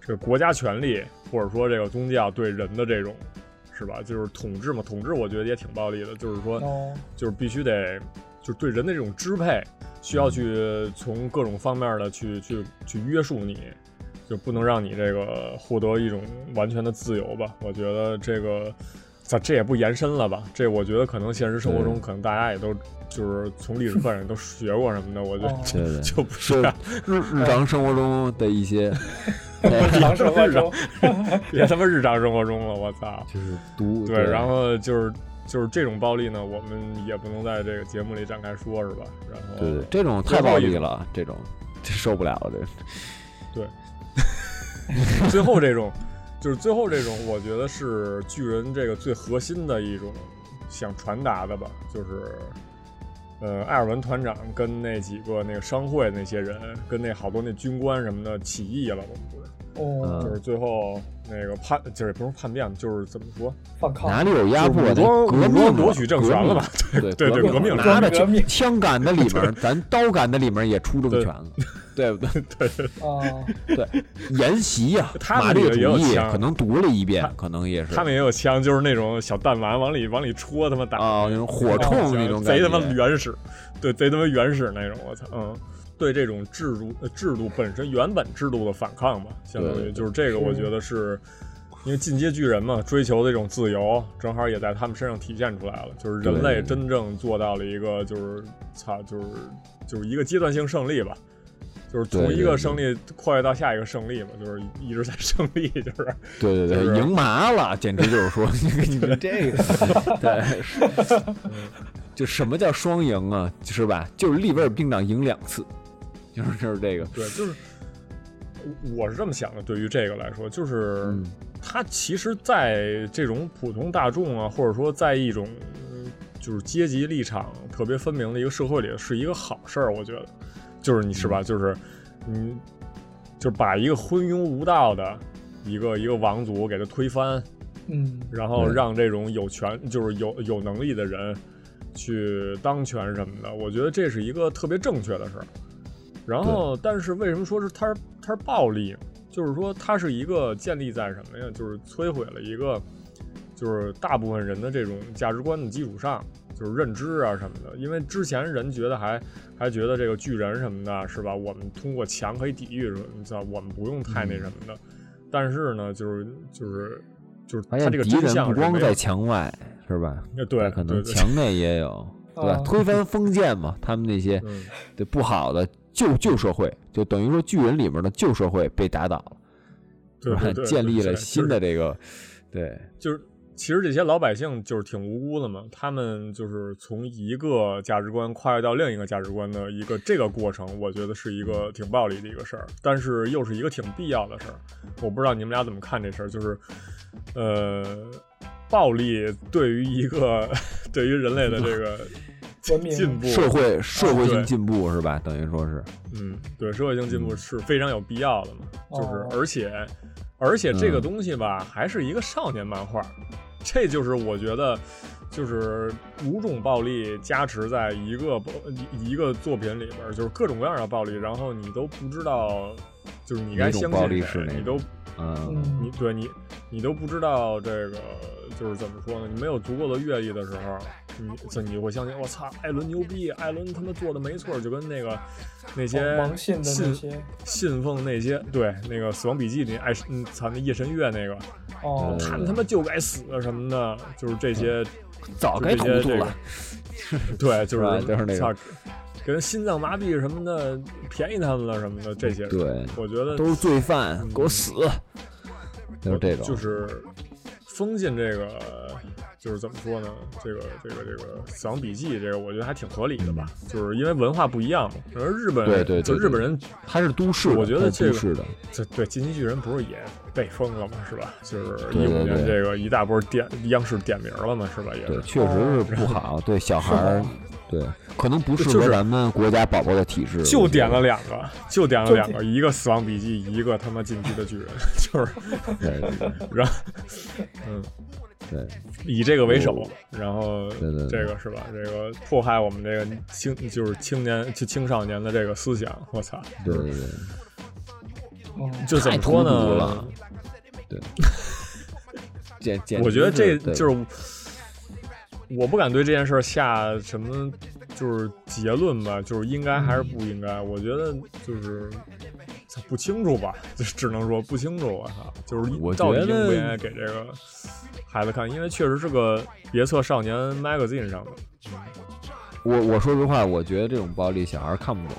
[SPEAKER 2] 这个国家权力或者说这个宗教对人的这种是吧？就是统治嘛，统治我觉得也挺暴力的，就是说
[SPEAKER 4] 哦，
[SPEAKER 2] 就是必须得就是对人的这种支配，需要去从各种方面的去去去约束你，就不能让你这个获得一种完全的自由吧？我觉得这个。咱这也不延伸了吧？这我觉得可能现实生活中，
[SPEAKER 3] 对
[SPEAKER 2] 可能大家也都就是从历史课上也都学过什么的。我觉得
[SPEAKER 4] 哦
[SPEAKER 3] 对对
[SPEAKER 2] (laughs) 就就不是
[SPEAKER 3] 是日日常生活中的
[SPEAKER 2] (laughs)
[SPEAKER 3] 一些
[SPEAKER 4] 长生活
[SPEAKER 2] 啊
[SPEAKER 4] 中，
[SPEAKER 2] 别他妈日常生活中了，我操！
[SPEAKER 3] 就是毒，
[SPEAKER 2] 对，然后就是就是这种暴力呢，我们也不能在这个节目里展开说，是吧？然后
[SPEAKER 3] 对对，这种太暴力了，这种这受不了了，这
[SPEAKER 2] 最后这种，就是最后这种，我觉得是巨人这个最核心的一种想传达的吧，就是，呃，艾尔文团长跟那几个那个商会那些人，跟那好多那军官什么的起义了，我们不是，
[SPEAKER 4] 哦，
[SPEAKER 2] 就
[SPEAKER 3] 嗯
[SPEAKER 2] 是最后那个叛，就是也不是叛变，就是怎么说，
[SPEAKER 4] 反抗，
[SPEAKER 3] 哪里有压迫
[SPEAKER 2] 武
[SPEAKER 3] 的？
[SPEAKER 2] 装
[SPEAKER 3] 革
[SPEAKER 2] 武
[SPEAKER 3] 命
[SPEAKER 2] 装夺
[SPEAKER 3] 了
[SPEAKER 2] 取政权了吧？？
[SPEAKER 3] 革命
[SPEAKER 2] 对对
[SPEAKER 3] 对
[SPEAKER 2] 革命了
[SPEAKER 3] 拿着
[SPEAKER 4] 革命
[SPEAKER 3] 枪枪杆子里
[SPEAKER 2] (laughs)
[SPEAKER 3] 面，咱刀杆子里面也出政
[SPEAKER 2] 对
[SPEAKER 3] 权了，对不对？
[SPEAKER 4] 啊，
[SPEAKER 3] 沿袭呀，
[SPEAKER 2] (laughs) 他们
[SPEAKER 3] 马列
[SPEAKER 2] 里也有
[SPEAKER 3] 主义
[SPEAKER 2] 枪
[SPEAKER 3] 可能读了一遍，可能也是
[SPEAKER 2] 他们也有枪，就是那种小弹丸往里往里戳，他妈打
[SPEAKER 3] 啊，那种火铳那种感
[SPEAKER 2] 贼
[SPEAKER 3] 觉，
[SPEAKER 2] 他妈原始，对，贼他妈原始那种，我操，嗯，对这种制度呃制度本身原本制度的反抗吧，相当于
[SPEAKER 3] 对
[SPEAKER 2] 就是这个，我觉得是因为进阶巨人嘛，追求这种自由，正好也在他们身上体现出来了，就是人类
[SPEAKER 3] 对
[SPEAKER 2] 真正做到了一个就是操，就是就是一个阶段性胜利吧。就是从
[SPEAKER 3] 对
[SPEAKER 2] 一
[SPEAKER 3] 对
[SPEAKER 2] 个
[SPEAKER 3] 对
[SPEAKER 2] 胜利跨越到下一个胜利嘛，就是一直在 (laughs) 胜利，就是
[SPEAKER 3] 对对
[SPEAKER 2] 就
[SPEAKER 3] 对，
[SPEAKER 2] 是
[SPEAKER 3] 赢麻了，简直就是
[SPEAKER 2] (laughs)
[SPEAKER 3] 说你们你们这个，对，是嗯就什么叫双赢啊？是吧？就是利威尔兵长赢两次，就是就是这个，
[SPEAKER 2] 对，就是我我是这么想的。对于这个来说，就是、
[SPEAKER 3] 嗯
[SPEAKER 2] 它其实，在这种普通大众啊，或者说在一种嗯就是阶级立场特别分明的一个社会里，是一个好事儿。我觉得，就是你是吧？就是你就是把一个昏庸无道的一个一个王族给他推翻，
[SPEAKER 4] 嗯，
[SPEAKER 2] 然后
[SPEAKER 3] 对
[SPEAKER 2] 让这种有权就是有有能力的人去当权什么的，我觉得这是一个特别正确的事儿。然后，但是为什么说是它是它是暴力？就是说它是一个建立在什么呀？就是摧毁了一个就是大部分人的这种价值观的基础上，就是认知啊什么的。因为之前人觉得还还觉得这个巨人什么的，是吧？我们通过强可以抵御，你知道，我们不用太那什么的。但是呢，就是就是就是
[SPEAKER 3] 发
[SPEAKER 2] 它
[SPEAKER 3] 现
[SPEAKER 2] 这个
[SPEAKER 3] 敌
[SPEAKER 2] 真
[SPEAKER 3] 人
[SPEAKER 2] 相
[SPEAKER 3] 不
[SPEAKER 2] 是
[SPEAKER 3] 光
[SPEAKER 2] 没有
[SPEAKER 3] 在墙外，是吧？
[SPEAKER 2] 呃对
[SPEAKER 3] 那可
[SPEAKER 2] 对
[SPEAKER 3] 能
[SPEAKER 2] 对
[SPEAKER 3] 墙内
[SPEAKER 2] (laughs)
[SPEAKER 3] 也有，对吧？
[SPEAKER 4] 哦
[SPEAKER 3] 推翻封建嘛，他们那些
[SPEAKER 2] 嗯
[SPEAKER 3] 对不好的旧旧社会，就等于说巨人里面的旧社会被打倒了，
[SPEAKER 2] 对
[SPEAKER 3] 是吧 (laughs)
[SPEAKER 2] 对对，
[SPEAKER 3] 建立
[SPEAKER 2] 对
[SPEAKER 3] 了新，的
[SPEAKER 2] 对
[SPEAKER 3] 这个，对
[SPEAKER 2] 就是就是其实这些老百姓就是挺无辜的嘛，他们就是从一个价值观跨越到另一个价值观的一个这个过程，我觉得是一个挺暴力的一个事儿，但是又是一个挺必要的事儿。我不知道你们俩怎么看这事儿，就是呃，暴力对于一个 (laughs) 对于人类的这个
[SPEAKER 4] 文明
[SPEAKER 2] 进步
[SPEAKER 3] 社会社会
[SPEAKER 2] 哦对
[SPEAKER 3] 性进步是吧？等于说是，
[SPEAKER 2] 嗯，对，社会性进步是非常有必要的嘛，就是
[SPEAKER 4] 哦
[SPEAKER 2] 而且而且这个
[SPEAKER 3] 嗯
[SPEAKER 2] 东西吧，还是一个少年漫画，这就是我觉得就是五种暴力加持在一个暴一个作品里边儿，就是各种各样的暴力，然后你都不知道，就是你该
[SPEAKER 3] 哪种
[SPEAKER 2] 相
[SPEAKER 3] 暴
[SPEAKER 2] 信
[SPEAKER 3] 力
[SPEAKER 2] 谁
[SPEAKER 3] 是，哪
[SPEAKER 2] 你都
[SPEAKER 3] 种嗯，
[SPEAKER 4] 嗯，
[SPEAKER 2] 你对你你都不知道这个就是怎么说呢？你没有足够的阅历的时候，你这你就会相信我操，艾伦牛逼，艾伦他妈做的没错儿，就跟那个那些
[SPEAKER 4] 哦盲信的那些，
[SPEAKER 2] 信奉那些对那个《死亡笔记》里爱嗯操那夜神月那个，
[SPEAKER 4] 哦，
[SPEAKER 2] 他们他妈就该死啊什么的，就是这些
[SPEAKER 3] 早该
[SPEAKER 2] 就
[SPEAKER 3] 糊
[SPEAKER 2] 这些这
[SPEAKER 3] 涂
[SPEAKER 2] 个
[SPEAKER 3] 了，
[SPEAKER 4] 嗯
[SPEAKER 2] 对，就是
[SPEAKER 3] 吧啊就是那
[SPEAKER 2] 操
[SPEAKER 3] 种
[SPEAKER 2] 给人心脏麻痹什么的，便宜他们了什么的这些，
[SPEAKER 3] 对
[SPEAKER 2] 我觉得嗯
[SPEAKER 3] 都是罪犯，给我死，就是这种，
[SPEAKER 2] 就是封进这个就是怎么说呢？这个这个这个死亡笔记这个，我觉得还挺合理的吧，就是因为文化不一样嘛。而日本
[SPEAKER 3] 对对对
[SPEAKER 2] 就日本人
[SPEAKER 3] 它是都市的，
[SPEAKER 2] 我觉得
[SPEAKER 3] 它是
[SPEAKER 2] 这
[SPEAKER 3] 都
[SPEAKER 2] 个
[SPEAKER 3] 市的，
[SPEAKER 2] 这对进击巨人不是也被封了嘛，是吧？就是
[SPEAKER 3] 对
[SPEAKER 2] 一五
[SPEAKER 3] 对
[SPEAKER 2] 年
[SPEAKER 3] 对
[SPEAKER 2] 这个一大波点央视点名了嘛，是吧？也
[SPEAKER 3] 对，
[SPEAKER 2] 是。
[SPEAKER 3] 确实是不好，对小孩儿，对，可能不适
[SPEAKER 2] 哦就
[SPEAKER 3] 合
[SPEAKER 2] 是
[SPEAKER 3] 咱们国家宝宝的体质，
[SPEAKER 2] 就
[SPEAKER 3] 我觉
[SPEAKER 2] 点
[SPEAKER 3] 得
[SPEAKER 2] 了两个，就点了两个，一个死亡笔记，一个他妈进击的巨人， (laughs) 就是，
[SPEAKER 3] 对对对
[SPEAKER 2] 然后，嗯，
[SPEAKER 3] 对，
[SPEAKER 2] 以这个为首，然后
[SPEAKER 3] 嗯对对对
[SPEAKER 2] 这个是吧？这个迫害我们这个青就是青年就青少年的这个思想，我操，
[SPEAKER 3] 对对对，
[SPEAKER 4] 嗯，
[SPEAKER 2] 就怎么说
[SPEAKER 3] 太孤
[SPEAKER 2] 呢
[SPEAKER 3] 独了？简简，
[SPEAKER 2] 我觉得这
[SPEAKER 3] 对
[SPEAKER 2] 就是我不敢对这件事儿下什么就是结论吧，就是应该还是不应
[SPEAKER 3] 嗯
[SPEAKER 2] 该。我觉得就是不清楚吧， (laughs) 就只能说不清楚。我操，就是
[SPEAKER 3] 我
[SPEAKER 2] 到底
[SPEAKER 3] 觉
[SPEAKER 2] 应
[SPEAKER 3] 得
[SPEAKER 2] 不应该给这个孩子看，因为确实是个别册少年 magazine 上的。
[SPEAKER 3] 我我说实话，我觉得这种暴力小孩儿看不懂。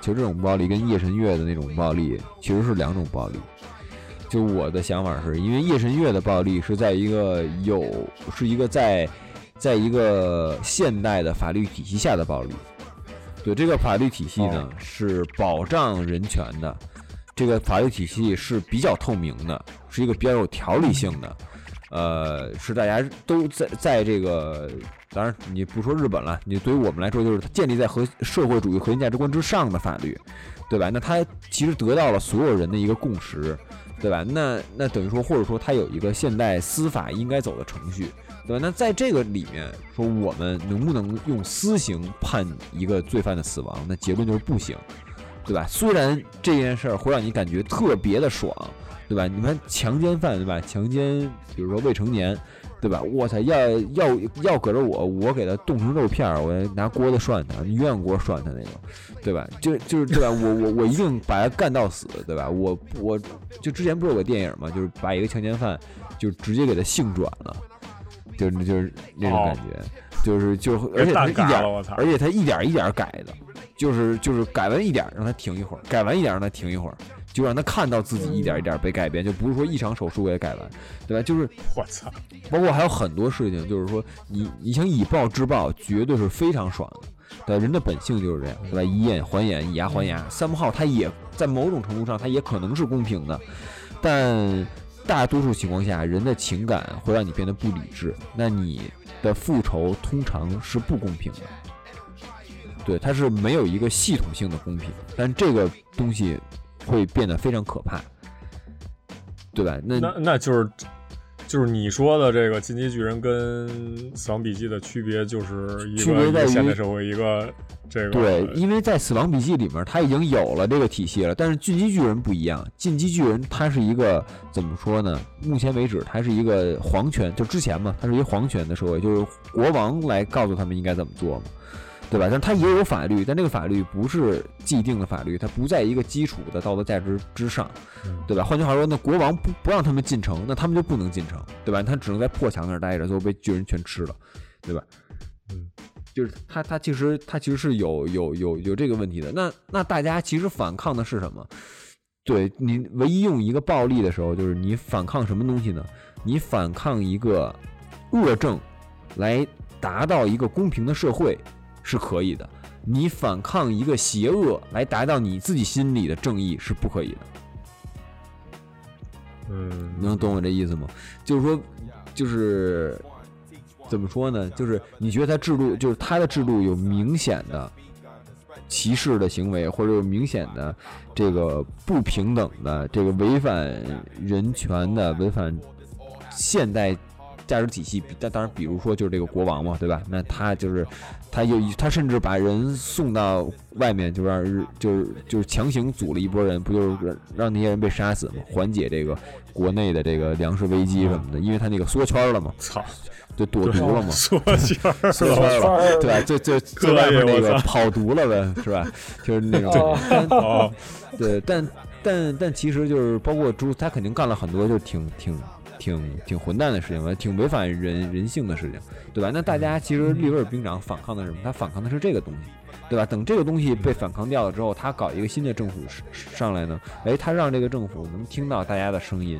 [SPEAKER 3] 其实这种暴力跟夜神月的那种暴力其实是两种暴力。就我的想法是，因为夜神月的暴力是在一个有是一个在在一个现代的法律体系下的暴力。对这个法律体系呢、是保障人权的，这个法律体系是比较透明的，是一个比较有条理性的，呃，是大家都在在这个，当然你不说日本了，你对于我们来说就是建立在核社会主义核心价值观之上的法律，对吧？那它其实得到了所有人的一个共识，对吧？那那等于说，或者说它有一个现代司法应该走的程序，对吧？那在这个里面说，我们能不能用私刑判一个罪犯的死亡？那结论就是不行，对吧？虽然这件事儿会让你感觉特别的爽，对吧？你们强奸犯，对吧？强奸，比如说未成年，对吧？我操，要要要搁着我，我给他冻成肉片儿，我拿锅子涮他，鸳鸯锅涮他那种，对吧？就就是对吧？我我我一定把他干到死，对吧？我我就之前不是有个电影嘛，就是把一个强奸犯就直接给他性转了，就是就是那种感觉，就是哦就是而且他
[SPEAKER 2] 蛋
[SPEAKER 3] 是一
[SPEAKER 2] 改
[SPEAKER 3] 点
[SPEAKER 2] 了
[SPEAKER 3] 儿
[SPEAKER 2] 我操
[SPEAKER 3] 而且他一点儿一点儿改的，就是就是改完一点儿让他停一会儿，改完一点儿让他停一会儿，就让他看到自己一点儿一点儿被改变，就不是说一场手术给他改完，对吧？就是
[SPEAKER 2] 我操，
[SPEAKER 3] 包括还有很多事情，就是说你你想以暴制暴，绝对是非常爽的。对，人的本性就是这样，对吧？以眼还眼，以牙还牙。三不号它也在某种程度上，它也可能是公平的，但大多数情况下，人的情感会让你变得不理智，那你的复仇通常是不公平的。对，它是没有一个系统性的公平，但这个东西会变得非常可怕，对吧？那
[SPEAKER 2] 那那就是就是你说的这个《进击巨人》跟《死亡笔记》的区别，就是一
[SPEAKER 3] 区
[SPEAKER 2] 个
[SPEAKER 3] 别
[SPEAKER 2] 一
[SPEAKER 3] 在
[SPEAKER 2] 个
[SPEAKER 3] 于
[SPEAKER 2] 现代社会，一个这个
[SPEAKER 3] 对，因为在《死亡笔记》里面，它已经有了这个体系了，但是《进击巨人》不一样，《进击巨人》它是一个怎么说呢？目前为止，它是一个皇权，就之前嘛，它是一个皇权的社会，就是国王来告诉他们应该怎么做嘛，对吧？但它也有法律，但这个法律不是既定的法律，它不在一个基础的道德价值之上，对吧？换句话说，那国王不不让他们进城，那他们就不能进城，对吧？他只能在破墙那儿待着，最后被巨人全吃了，对吧？就是他他其实他其实是有有有有这个问题的。那那大家其实反抗的是什么？对你唯一用一个暴力的时候，就是你反抗什么东西呢？你反抗一个恶政，来达到一个公平的社会是可以的。你反抗一个邪恶，来达到你自己心里的正义是不可以的。
[SPEAKER 2] 嗯，
[SPEAKER 3] 能懂我这意思吗？就是说，就是怎么说呢？就是你觉得他制度，就是他的制度有明显的歧视的行为，或者有明显的这个不平等的、这个违反人权的、违反现代价值体系。比但当然，比如说就是这个国王嘛，对吧？那他就是他有他甚至把人送到外面，就让日就是就是强行组了一拨人，不就是让让那些人被杀死嘛，缓解这个国内的这个粮食危机什
[SPEAKER 2] 嗯
[SPEAKER 3] 么的，因为他那个缩圈了嘛，
[SPEAKER 2] 操，
[SPEAKER 3] 就躲毒了嘛。
[SPEAKER 2] 缩圈儿
[SPEAKER 3] (laughs)
[SPEAKER 2] (laughs)
[SPEAKER 3] 缩圈
[SPEAKER 2] 了，
[SPEAKER 3] 了，对吧？最最最
[SPEAKER 2] 可以
[SPEAKER 3] 外面那个
[SPEAKER 2] 我操
[SPEAKER 3] 跑毒了呗，是吧？就是那 (laughs) 种
[SPEAKER 4] 哦，
[SPEAKER 3] 但
[SPEAKER 2] 哦，
[SPEAKER 3] (laughs) 对，但但但其实就是包括猪，他肯定干了很多就是挺挺挺挺混蛋的事情吧，挺违反人人性的事情，对吧？那大家其实利威尔兵长反抗的是什么？他反抗的是这个东西，对吧？等这个东西被反抗掉了之后，他搞一个新的政府上上来呢，哎，他让这个政府能听到大家的声音，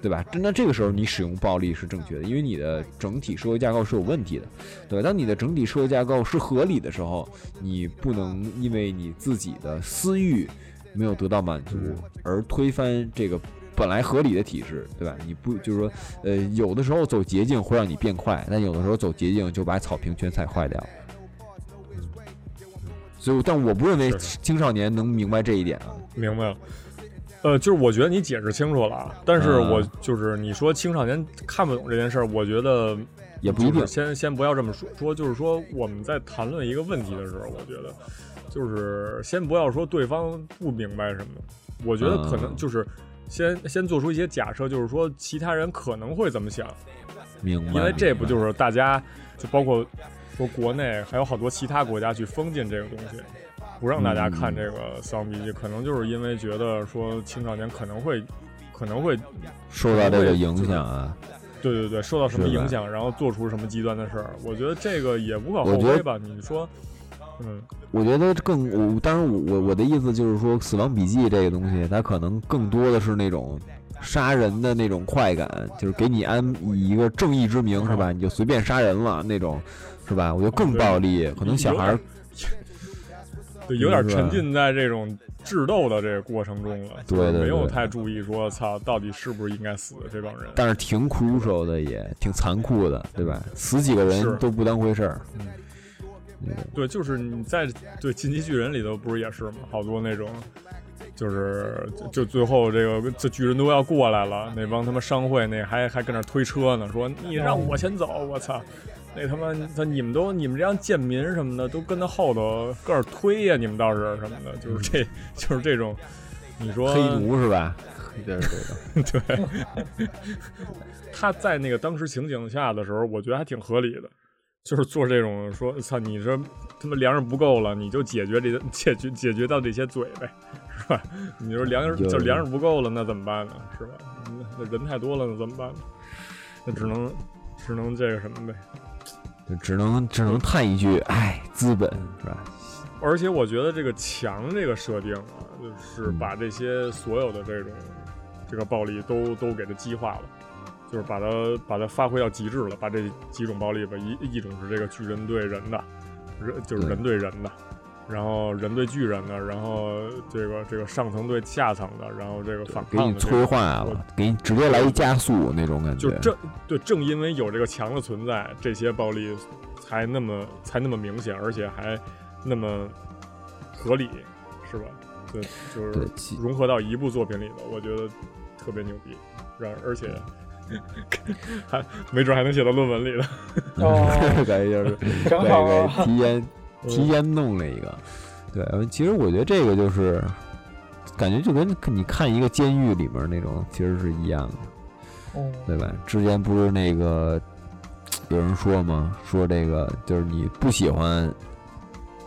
[SPEAKER 3] 对吧？那这个时候你使用暴力是正确的，因为你的整体社会架构是有问题的，对吧？当你的整体社会架构是合理的时候，你不能因为你自己的私欲没有得到满足
[SPEAKER 2] 嗯
[SPEAKER 3] 而推翻这个本来合理的体制，对吧？你不就是说，呃，有的时候走捷径会让你变快，但有的时候走捷径就把草坪全踩坏掉。所以，但我不认为
[SPEAKER 2] 是
[SPEAKER 3] 青少年能明白这一点啊。
[SPEAKER 2] 明白了。呃，就是我觉得你解释清楚了，啊，但是
[SPEAKER 3] 嗯
[SPEAKER 2] 我就是你说青少年看不懂这件事儿，我觉得
[SPEAKER 3] 也不一
[SPEAKER 2] 就是
[SPEAKER 3] 定
[SPEAKER 2] 先先不要这么说，说就是说我们在谈论一个问题的时候，我觉得就是先不要说对方不明白什么，我觉得可能
[SPEAKER 3] 嗯
[SPEAKER 2] 就是先、先做出一些假设，就是说其他人可能会怎么想，
[SPEAKER 3] 明白，
[SPEAKER 2] 因为这不
[SPEAKER 3] 是
[SPEAKER 2] 就是大家就包括说国内还有好多其他国家去封禁这个东西，不让大家
[SPEAKER 3] 嗯
[SPEAKER 2] 看这个死亡笔记，可能就是因为觉得说青少年可能会可能会
[SPEAKER 3] 受到这个影响啊？
[SPEAKER 2] 对对对受到什么
[SPEAKER 3] 是吧
[SPEAKER 2] 影响，然后做出什么极端的事儿，我觉得这个也无可
[SPEAKER 3] 我
[SPEAKER 2] 厚
[SPEAKER 3] 觉得
[SPEAKER 2] 非吧。你说，嗯，
[SPEAKER 3] 我觉得更，我当然我我我的意思就是说，《死亡笔记》这个东西，它可能更多的是那种杀人的那种快感，就是给你安以一个正义之名是吧？你就随便杀人了那种，是吧？我觉得更暴力，可能小孩儿
[SPEAKER 2] 对，有点
[SPEAKER 3] 是吧
[SPEAKER 2] 沉浸在这种智斗的这个过程中了，
[SPEAKER 3] 对
[SPEAKER 2] 就是
[SPEAKER 3] 对
[SPEAKER 2] 没有
[SPEAKER 3] 对
[SPEAKER 2] 太注意说操到底是不是应该死的这帮人。
[SPEAKER 3] 但是挺 crucial 的也，挺残酷的，对吧？死几个
[SPEAKER 2] 是
[SPEAKER 3] 人都不当回事儿，
[SPEAKER 2] 对，就是你在对《进击巨人》里头不是也是吗？好多那种，就是就就最后这个这巨人都要过来了，那帮他妈商会那还还跟那儿推车呢，说你让我先走，我操！那他妈他你们都你们这样贱民什么的都跟他后头个儿推呀、你们倒是什么的，就是这 (laughs) 就是这种，你说
[SPEAKER 3] 黑奴是吧？对对对，
[SPEAKER 2] 他在那个当时情景下的时候，我觉得还挺合理的，就是做这种说，操，你这他妈粮食不够了，你就解决这解决解决到这些嘴呗，是吧？你说粮食
[SPEAKER 3] 有
[SPEAKER 2] 就粮食不够了，那怎么办呢？是吧？那人太多了，那怎么办呢？那只能只能这个什么呗。
[SPEAKER 3] 就只能只能叹一句，哎，资本是吧？
[SPEAKER 2] 而且我觉得这个强这个设定啊，就是
[SPEAKER 3] 嗯
[SPEAKER 2] 把这些所有的这种这个暴力都都给它激化了，就是把它把它发挥到极致了，把这几种暴力吧，一一种是这个巨人对人的，人就是
[SPEAKER 3] 对
[SPEAKER 2] 人对人的，然后人对巨人的，然后这个这个上层对下层的，然后这个反
[SPEAKER 3] 给
[SPEAKER 2] 抗
[SPEAKER 3] 你
[SPEAKER 2] 的这
[SPEAKER 3] 催
[SPEAKER 2] 个
[SPEAKER 3] 化了，给你直接来一加速那种感觉
[SPEAKER 2] 就。正对正因为有这个强的存在，这些暴力才那么才那么明显，而且还那么合理，是吧？对，就
[SPEAKER 3] 对
[SPEAKER 2] 是，
[SPEAKER 3] 其
[SPEAKER 2] 融合到一部作品里头，我觉得特别牛逼，然而
[SPEAKER 3] (laughs)
[SPEAKER 2] 且还没准还能写到论文
[SPEAKER 3] (laughs)
[SPEAKER 2] 里头。
[SPEAKER 4] 哦，
[SPEAKER 3] 感觉就是
[SPEAKER 4] 正
[SPEAKER 3] 对
[SPEAKER 4] 好
[SPEAKER 3] 对
[SPEAKER 4] 啊，
[SPEAKER 3] 提
[SPEAKER 4] (laughs)
[SPEAKER 3] 前
[SPEAKER 2] 嗯
[SPEAKER 3] 提前弄了一个。对，呃其实我觉得这个就是感觉就跟你看一个监狱里面那种其实是一样的，
[SPEAKER 4] 嗯，
[SPEAKER 3] 对吧？之前不是那个有人说吗？说这个就是你不喜欢，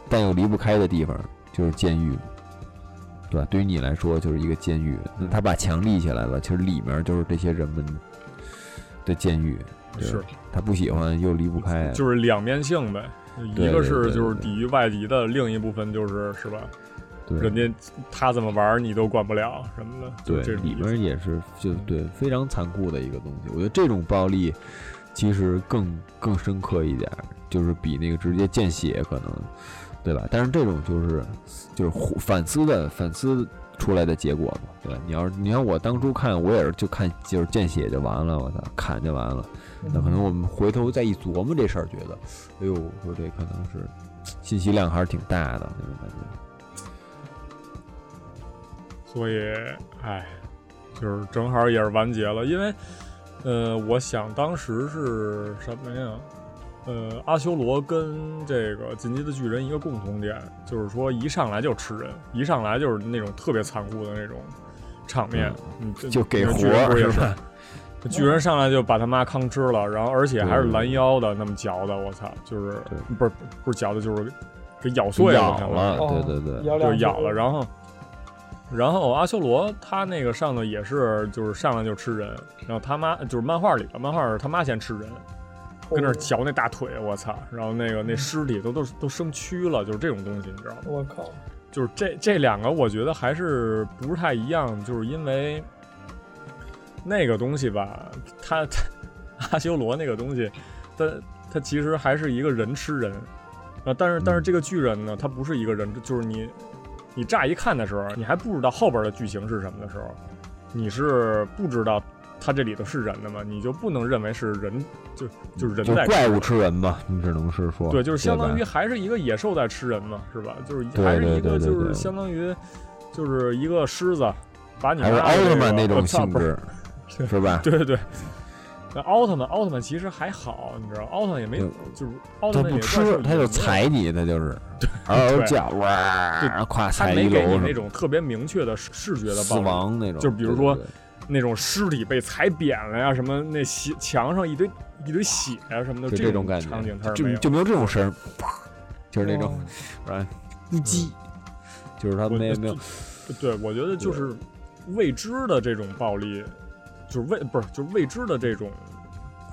[SPEAKER 3] 但又离不开的地方就是监狱。对吧？对于你来说就是一个监狱，那他把墙立起来了，其实里面就是这些人们的监狱。对
[SPEAKER 2] 是，
[SPEAKER 3] 他不喜欢又离不开，
[SPEAKER 2] 就是两面性呗，
[SPEAKER 3] 对
[SPEAKER 2] 一个是
[SPEAKER 3] 对
[SPEAKER 2] 就是
[SPEAKER 3] 对
[SPEAKER 2] 抵御外敌的，另一部分就是是吧？
[SPEAKER 3] 对
[SPEAKER 2] 人家他怎么玩儿你都管不了什么的，就
[SPEAKER 3] 对，
[SPEAKER 2] 这种
[SPEAKER 3] 里
[SPEAKER 2] 意思
[SPEAKER 3] 边也是就对非常残酷的一个东西。我觉得这种暴力其实更更深刻一点儿，就是比那个直接见血可能，对吧？但是这种就是就是互反思的反思出来的结果嘛，对吧？你要是你看我当初看，我也是就看就是见血就完了，我操，砍就完了。那可能我们回头再一琢磨这事儿，觉得，哎呦，我说这可能是信息量还是挺大的那种感觉。
[SPEAKER 2] 所以，哎，就是正好也是完结了，因为，呃，我想当时是什么呀？呃，阿修罗跟这个进击的巨人一个共同点，就是说一上来就吃人，一上来就是那种特别残酷的那种场面，嗯，这
[SPEAKER 3] 就给
[SPEAKER 2] 那巨人
[SPEAKER 3] 活
[SPEAKER 2] 不也
[SPEAKER 3] 是
[SPEAKER 2] 是
[SPEAKER 3] 吧？
[SPEAKER 2] 巨人上来就把他妈康吃了，然后而且还是拦腰的那么嚼的，我操，就是
[SPEAKER 3] 对
[SPEAKER 2] 不是不是嚼的，就是给咬碎了，我
[SPEAKER 3] 咬
[SPEAKER 2] 看
[SPEAKER 3] 了，
[SPEAKER 4] 哦
[SPEAKER 3] 对对对，
[SPEAKER 4] 咬
[SPEAKER 2] 就
[SPEAKER 4] 两
[SPEAKER 2] 咬了，
[SPEAKER 4] 口
[SPEAKER 2] 然后，然后阿修罗他那个上头也是，就是上来就吃人，然后他妈就是漫画里了，漫画是他妈先吃人，
[SPEAKER 4] 哦
[SPEAKER 2] 跟那儿嚼那大腿，我操！然后那个那尸体都都都生蛆了，就是这种东西，你知道吗？
[SPEAKER 4] 我靠，
[SPEAKER 2] 就是这这两个，我觉得还是不是太一样，就是因为，那个东西吧，他他阿修罗那个东西，他他其实还是一个人吃人啊，但是但
[SPEAKER 3] 嗯
[SPEAKER 2] 是这个巨人呢，他不是一个人，就是你你乍一看的时候，你还不知道后边的剧情是什么的时候，你是不知道他这里头是人的嘛，你就不能认为是人，就就是人
[SPEAKER 3] 就
[SPEAKER 2] 在
[SPEAKER 3] 怪物
[SPEAKER 2] 人
[SPEAKER 3] 吃人吧，你只能是说，
[SPEAKER 2] 对，就是相当
[SPEAKER 3] 吧
[SPEAKER 2] 于还是一个野兽在吃人嘛，是吧？就是
[SPEAKER 3] 对
[SPEAKER 2] 还是
[SPEAKER 3] 对
[SPEAKER 2] 一个
[SPEAKER 3] 对对
[SPEAKER 2] 就是
[SPEAKER 3] 对
[SPEAKER 2] 相当于就是一个狮子把你
[SPEAKER 3] 还是
[SPEAKER 2] 拉着
[SPEAKER 3] 奥特
[SPEAKER 2] 这个
[SPEAKER 3] 曼那
[SPEAKER 2] 我
[SPEAKER 3] 种
[SPEAKER 2] 操 (laughs)
[SPEAKER 3] 性
[SPEAKER 2] 不是
[SPEAKER 3] 质，是吧？
[SPEAKER 2] 对对对。那奥特曼，奥特曼其实还好，你知道，奥特曼也没
[SPEAKER 3] 嗯
[SPEAKER 2] 就是奥特
[SPEAKER 3] 他
[SPEAKER 2] 曼
[SPEAKER 3] 不
[SPEAKER 2] 也算
[SPEAKER 3] 吃
[SPEAKER 2] 是，
[SPEAKER 3] 他就
[SPEAKER 2] 有
[SPEAKER 3] 踩你，他就是嗷嗷叫，哇，跨
[SPEAKER 2] 他
[SPEAKER 3] 踩
[SPEAKER 2] 没
[SPEAKER 3] 一
[SPEAKER 2] 给你
[SPEAKER 3] 楼
[SPEAKER 2] 那
[SPEAKER 3] 什么
[SPEAKER 2] 种特别明确的视视觉的
[SPEAKER 3] 死
[SPEAKER 2] 暴力，
[SPEAKER 3] 亡那种，
[SPEAKER 2] 就比如
[SPEAKER 3] 对
[SPEAKER 2] 说
[SPEAKER 3] 对对
[SPEAKER 2] 那种尸体被踩扁了呀，什么那血墙上一堆一堆血啊什么的，
[SPEAKER 3] 就
[SPEAKER 2] 这
[SPEAKER 3] 这种感觉
[SPEAKER 2] 场景他，是没
[SPEAKER 3] 就
[SPEAKER 2] 有
[SPEAKER 3] 就没有这种声儿， (laughs) 就是那种
[SPEAKER 4] 哦
[SPEAKER 3] 啊咕叽，就是他
[SPEAKER 2] 我
[SPEAKER 3] 没有
[SPEAKER 2] 就
[SPEAKER 3] 没有，
[SPEAKER 2] 对，我觉得就是未知的这种暴力，就是未不是就是未知的这种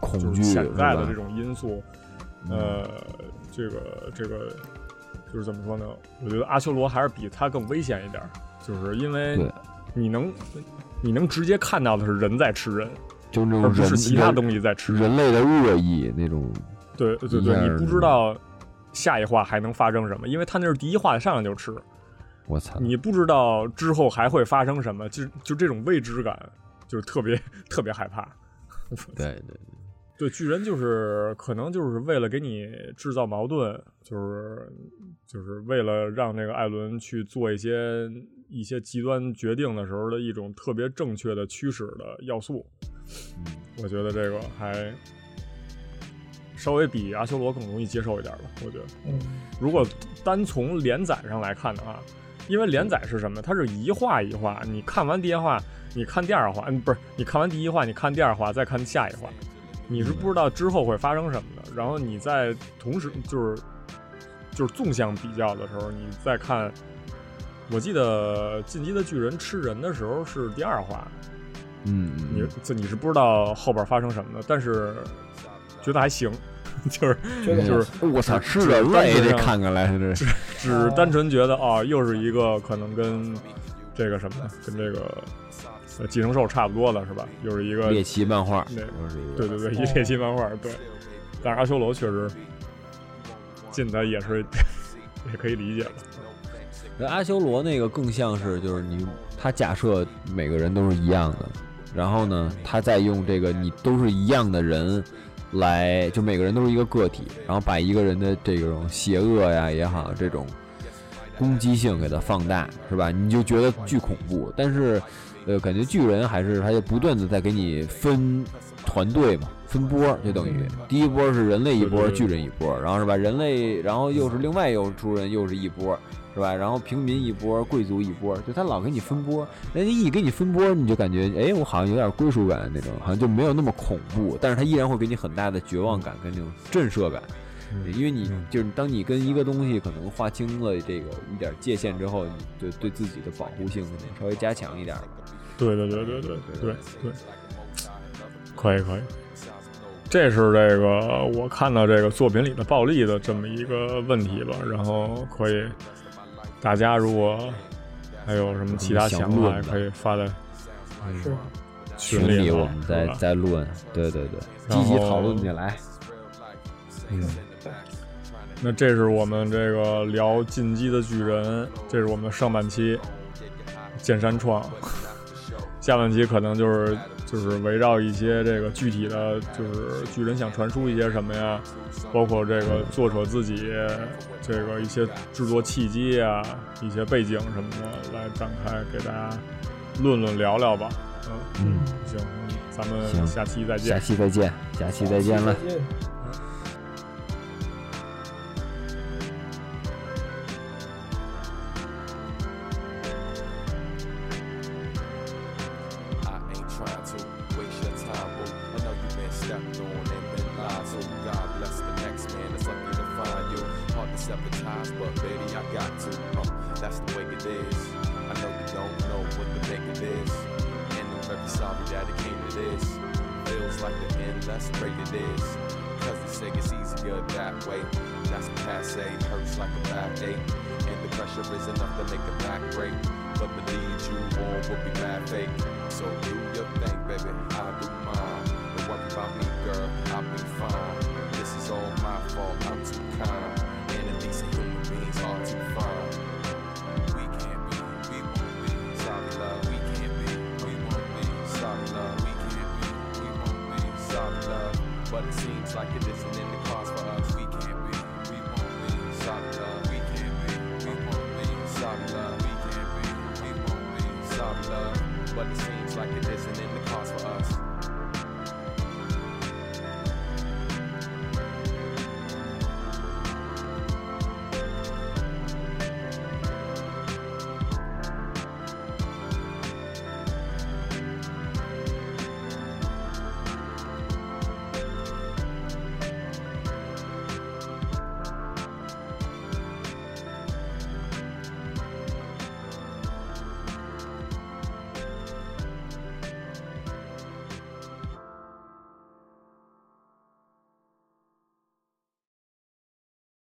[SPEAKER 3] 恐
[SPEAKER 2] 就
[SPEAKER 3] 惧
[SPEAKER 2] 是
[SPEAKER 3] 是
[SPEAKER 2] 潜在的
[SPEAKER 3] 吧嗯
[SPEAKER 2] 这种因素，呃，这个这个就是怎么说呢？我觉得阿修罗还是比他更危险一点儿，就是因为
[SPEAKER 3] 对
[SPEAKER 2] 你能你能直接看到的是人在吃人，
[SPEAKER 3] 就是那
[SPEAKER 2] 而不
[SPEAKER 3] 种
[SPEAKER 2] 是
[SPEAKER 3] 嗯人
[SPEAKER 2] 其他
[SPEAKER 3] 人
[SPEAKER 2] 东西在吃人。
[SPEAKER 3] 人类的恶意那种，
[SPEAKER 2] 对对
[SPEAKER 3] 一下
[SPEAKER 2] 对，你不
[SPEAKER 3] 是
[SPEAKER 2] 知道下一话还能发生什么，因为他那是第一话上来就吃，
[SPEAKER 3] 我操，
[SPEAKER 2] 你不知道之后还会发生什么，就就这种未知感，就是特别特别害怕。
[SPEAKER 3] 对对。
[SPEAKER 2] 对，巨人就是可能就是为了给你制造矛盾，就是就是为了让那个艾伦去做一些一些极端决定的时候的一种特别正确的驱使的要素。我觉得这个还稍微比阿修罗更容易接受一点吧。我觉得，
[SPEAKER 4] 嗯，
[SPEAKER 2] 如果单从连载上来看的话，因为连载是什么？它是一话一话，你看完第一话，你看第二话，嗯，不是，你看完第一话，你看第二话，再看下一话，你是不知道之后会发生什么的。然后你在同时就是就是纵向比较的时候，你再看，我记得《进击的巨人》吃人的时候是第二话，
[SPEAKER 3] 嗯，嗯
[SPEAKER 2] 你这你是不知道后边发生什么的，但是觉得还行， (laughs) 就是
[SPEAKER 4] 觉得
[SPEAKER 2] 就是
[SPEAKER 3] 我操，吃
[SPEAKER 2] 是
[SPEAKER 3] 人了
[SPEAKER 2] 单
[SPEAKER 3] 也
[SPEAKER 2] 纯
[SPEAKER 3] 得
[SPEAKER 2] 上
[SPEAKER 3] 看
[SPEAKER 2] (laughs)
[SPEAKER 3] 看来，这是
[SPEAKER 2] 只是单纯觉得啊、又是一个可能跟这个什么，跟这个呃寄生兽差不多的是吧？又是一个
[SPEAKER 3] 猎奇漫画，
[SPEAKER 2] 那
[SPEAKER 3] 就是一个
[SPEAKER 2] 对对对，一猎奇漫画。对，但是阿修罗确实进的也是 (laughs) 也可以理解吧。
[SPEAKER 3] 那阿修罗那个更像是就是你，他假设每个人都是一样的，然后呢，他再用这个你都是一样的人来，就每个人都是一个个体，然后把一个人的这种邪恶呀也好，这种攻击性给它放大，是吧？你就觉得巨恐怖，但是呃，感觉巨人还是他就不断的在给你分团队嘛。分波就等于第一波是人类一
[SPEAKER 2] 对
[SPEAKER 3] 波，
[SPEAKER 2] 对对
[SPEAKER 3] 巨人一波，然后是吧？人类，然后又是另外又出人又是一波，是吧？然后平民一波，贵族一波，就他老给你分波，人家一给你分波，你就感觉哎，我好像有点归属感那种，好像就没有那么恐怖，但是他依然会给你很大的绝望感跟那种震慑感，
[SPEAKER 2] 嗯
[SPEAKER 3] 因为你就是当你跟一个东西可能划清了这个一点界限之后，你就对自己的保护性可能稍微加强一点吧。
[SPEAKER 2] 对对对对对对对，可以可以。这是这个我看到这个作品里的暴力的这么一个问题吧，然后可以，大家如果还有什么其他想法，也可以发在哎
[SPEAKER 4] 是
[SPEAKER 3] 群
[SPEAKER 2] 里
[SPEAKER 3] 里
[SPEAKER 2] 头
[SPEAKER 3] 我们再
[SPEAKER 2] 是吧
[SPEAKER 3] 再论，对对对，
[SPEAKER 2] 然后
[SPEAKER 3] 积极讨论起来。
[SPEAKER 2] 那这是我们这个聊《进击的巨人》，这是我们的上半期剑山创，下半期可能就是就是围绕一些这个具体的，就是巨人想传输一些什么呀，包括这个作者自己这个一些制作契机啊，一些背景什么的来展开给大家论论聊聊吧。嗯，
[SPEAKER 3] 嗯，
[SPEAKER 2] 行，咱们
[SPEAKER 3] 行
[SPEAKER 2] 下期再见
[SPEAKER 3] 下。期再见，下期再见了
[SPEAKER 4] 再。见。
[SPEAKER 1] I ain't trying to waste your time, boo. I know you've been stepped on and been lied to. God bless the next man that's lucky to find you. Hard to sympathize, but baby, I got to. Uh, that's the way it is. I know you don't know what to make of this. And I'm very sorry that it came to this. Feels like the endless break it is. Cause they say it's easier that way. That's passe, hurts like a backache. And the pressure is enough to make a back break. But believe you won't will be bad fake. So do your thing, baby. I do mine. Don't worry about me, girl. I'll be fine. This is all my fault. I'm too kind. And at least human beings are too fine. We can't be, we won't be. Sorry, love. We can't be, we won't be. Sorry, love. We can't be, we won't be. Sorry, love. But it seems like it isn't in the cards for us. We can't be, we won't be. Sorry, love. We can't be, we won't be. Sorry, love. We can't be, we won't be. Sorry, love. But it seems like it isn't in the cards for us.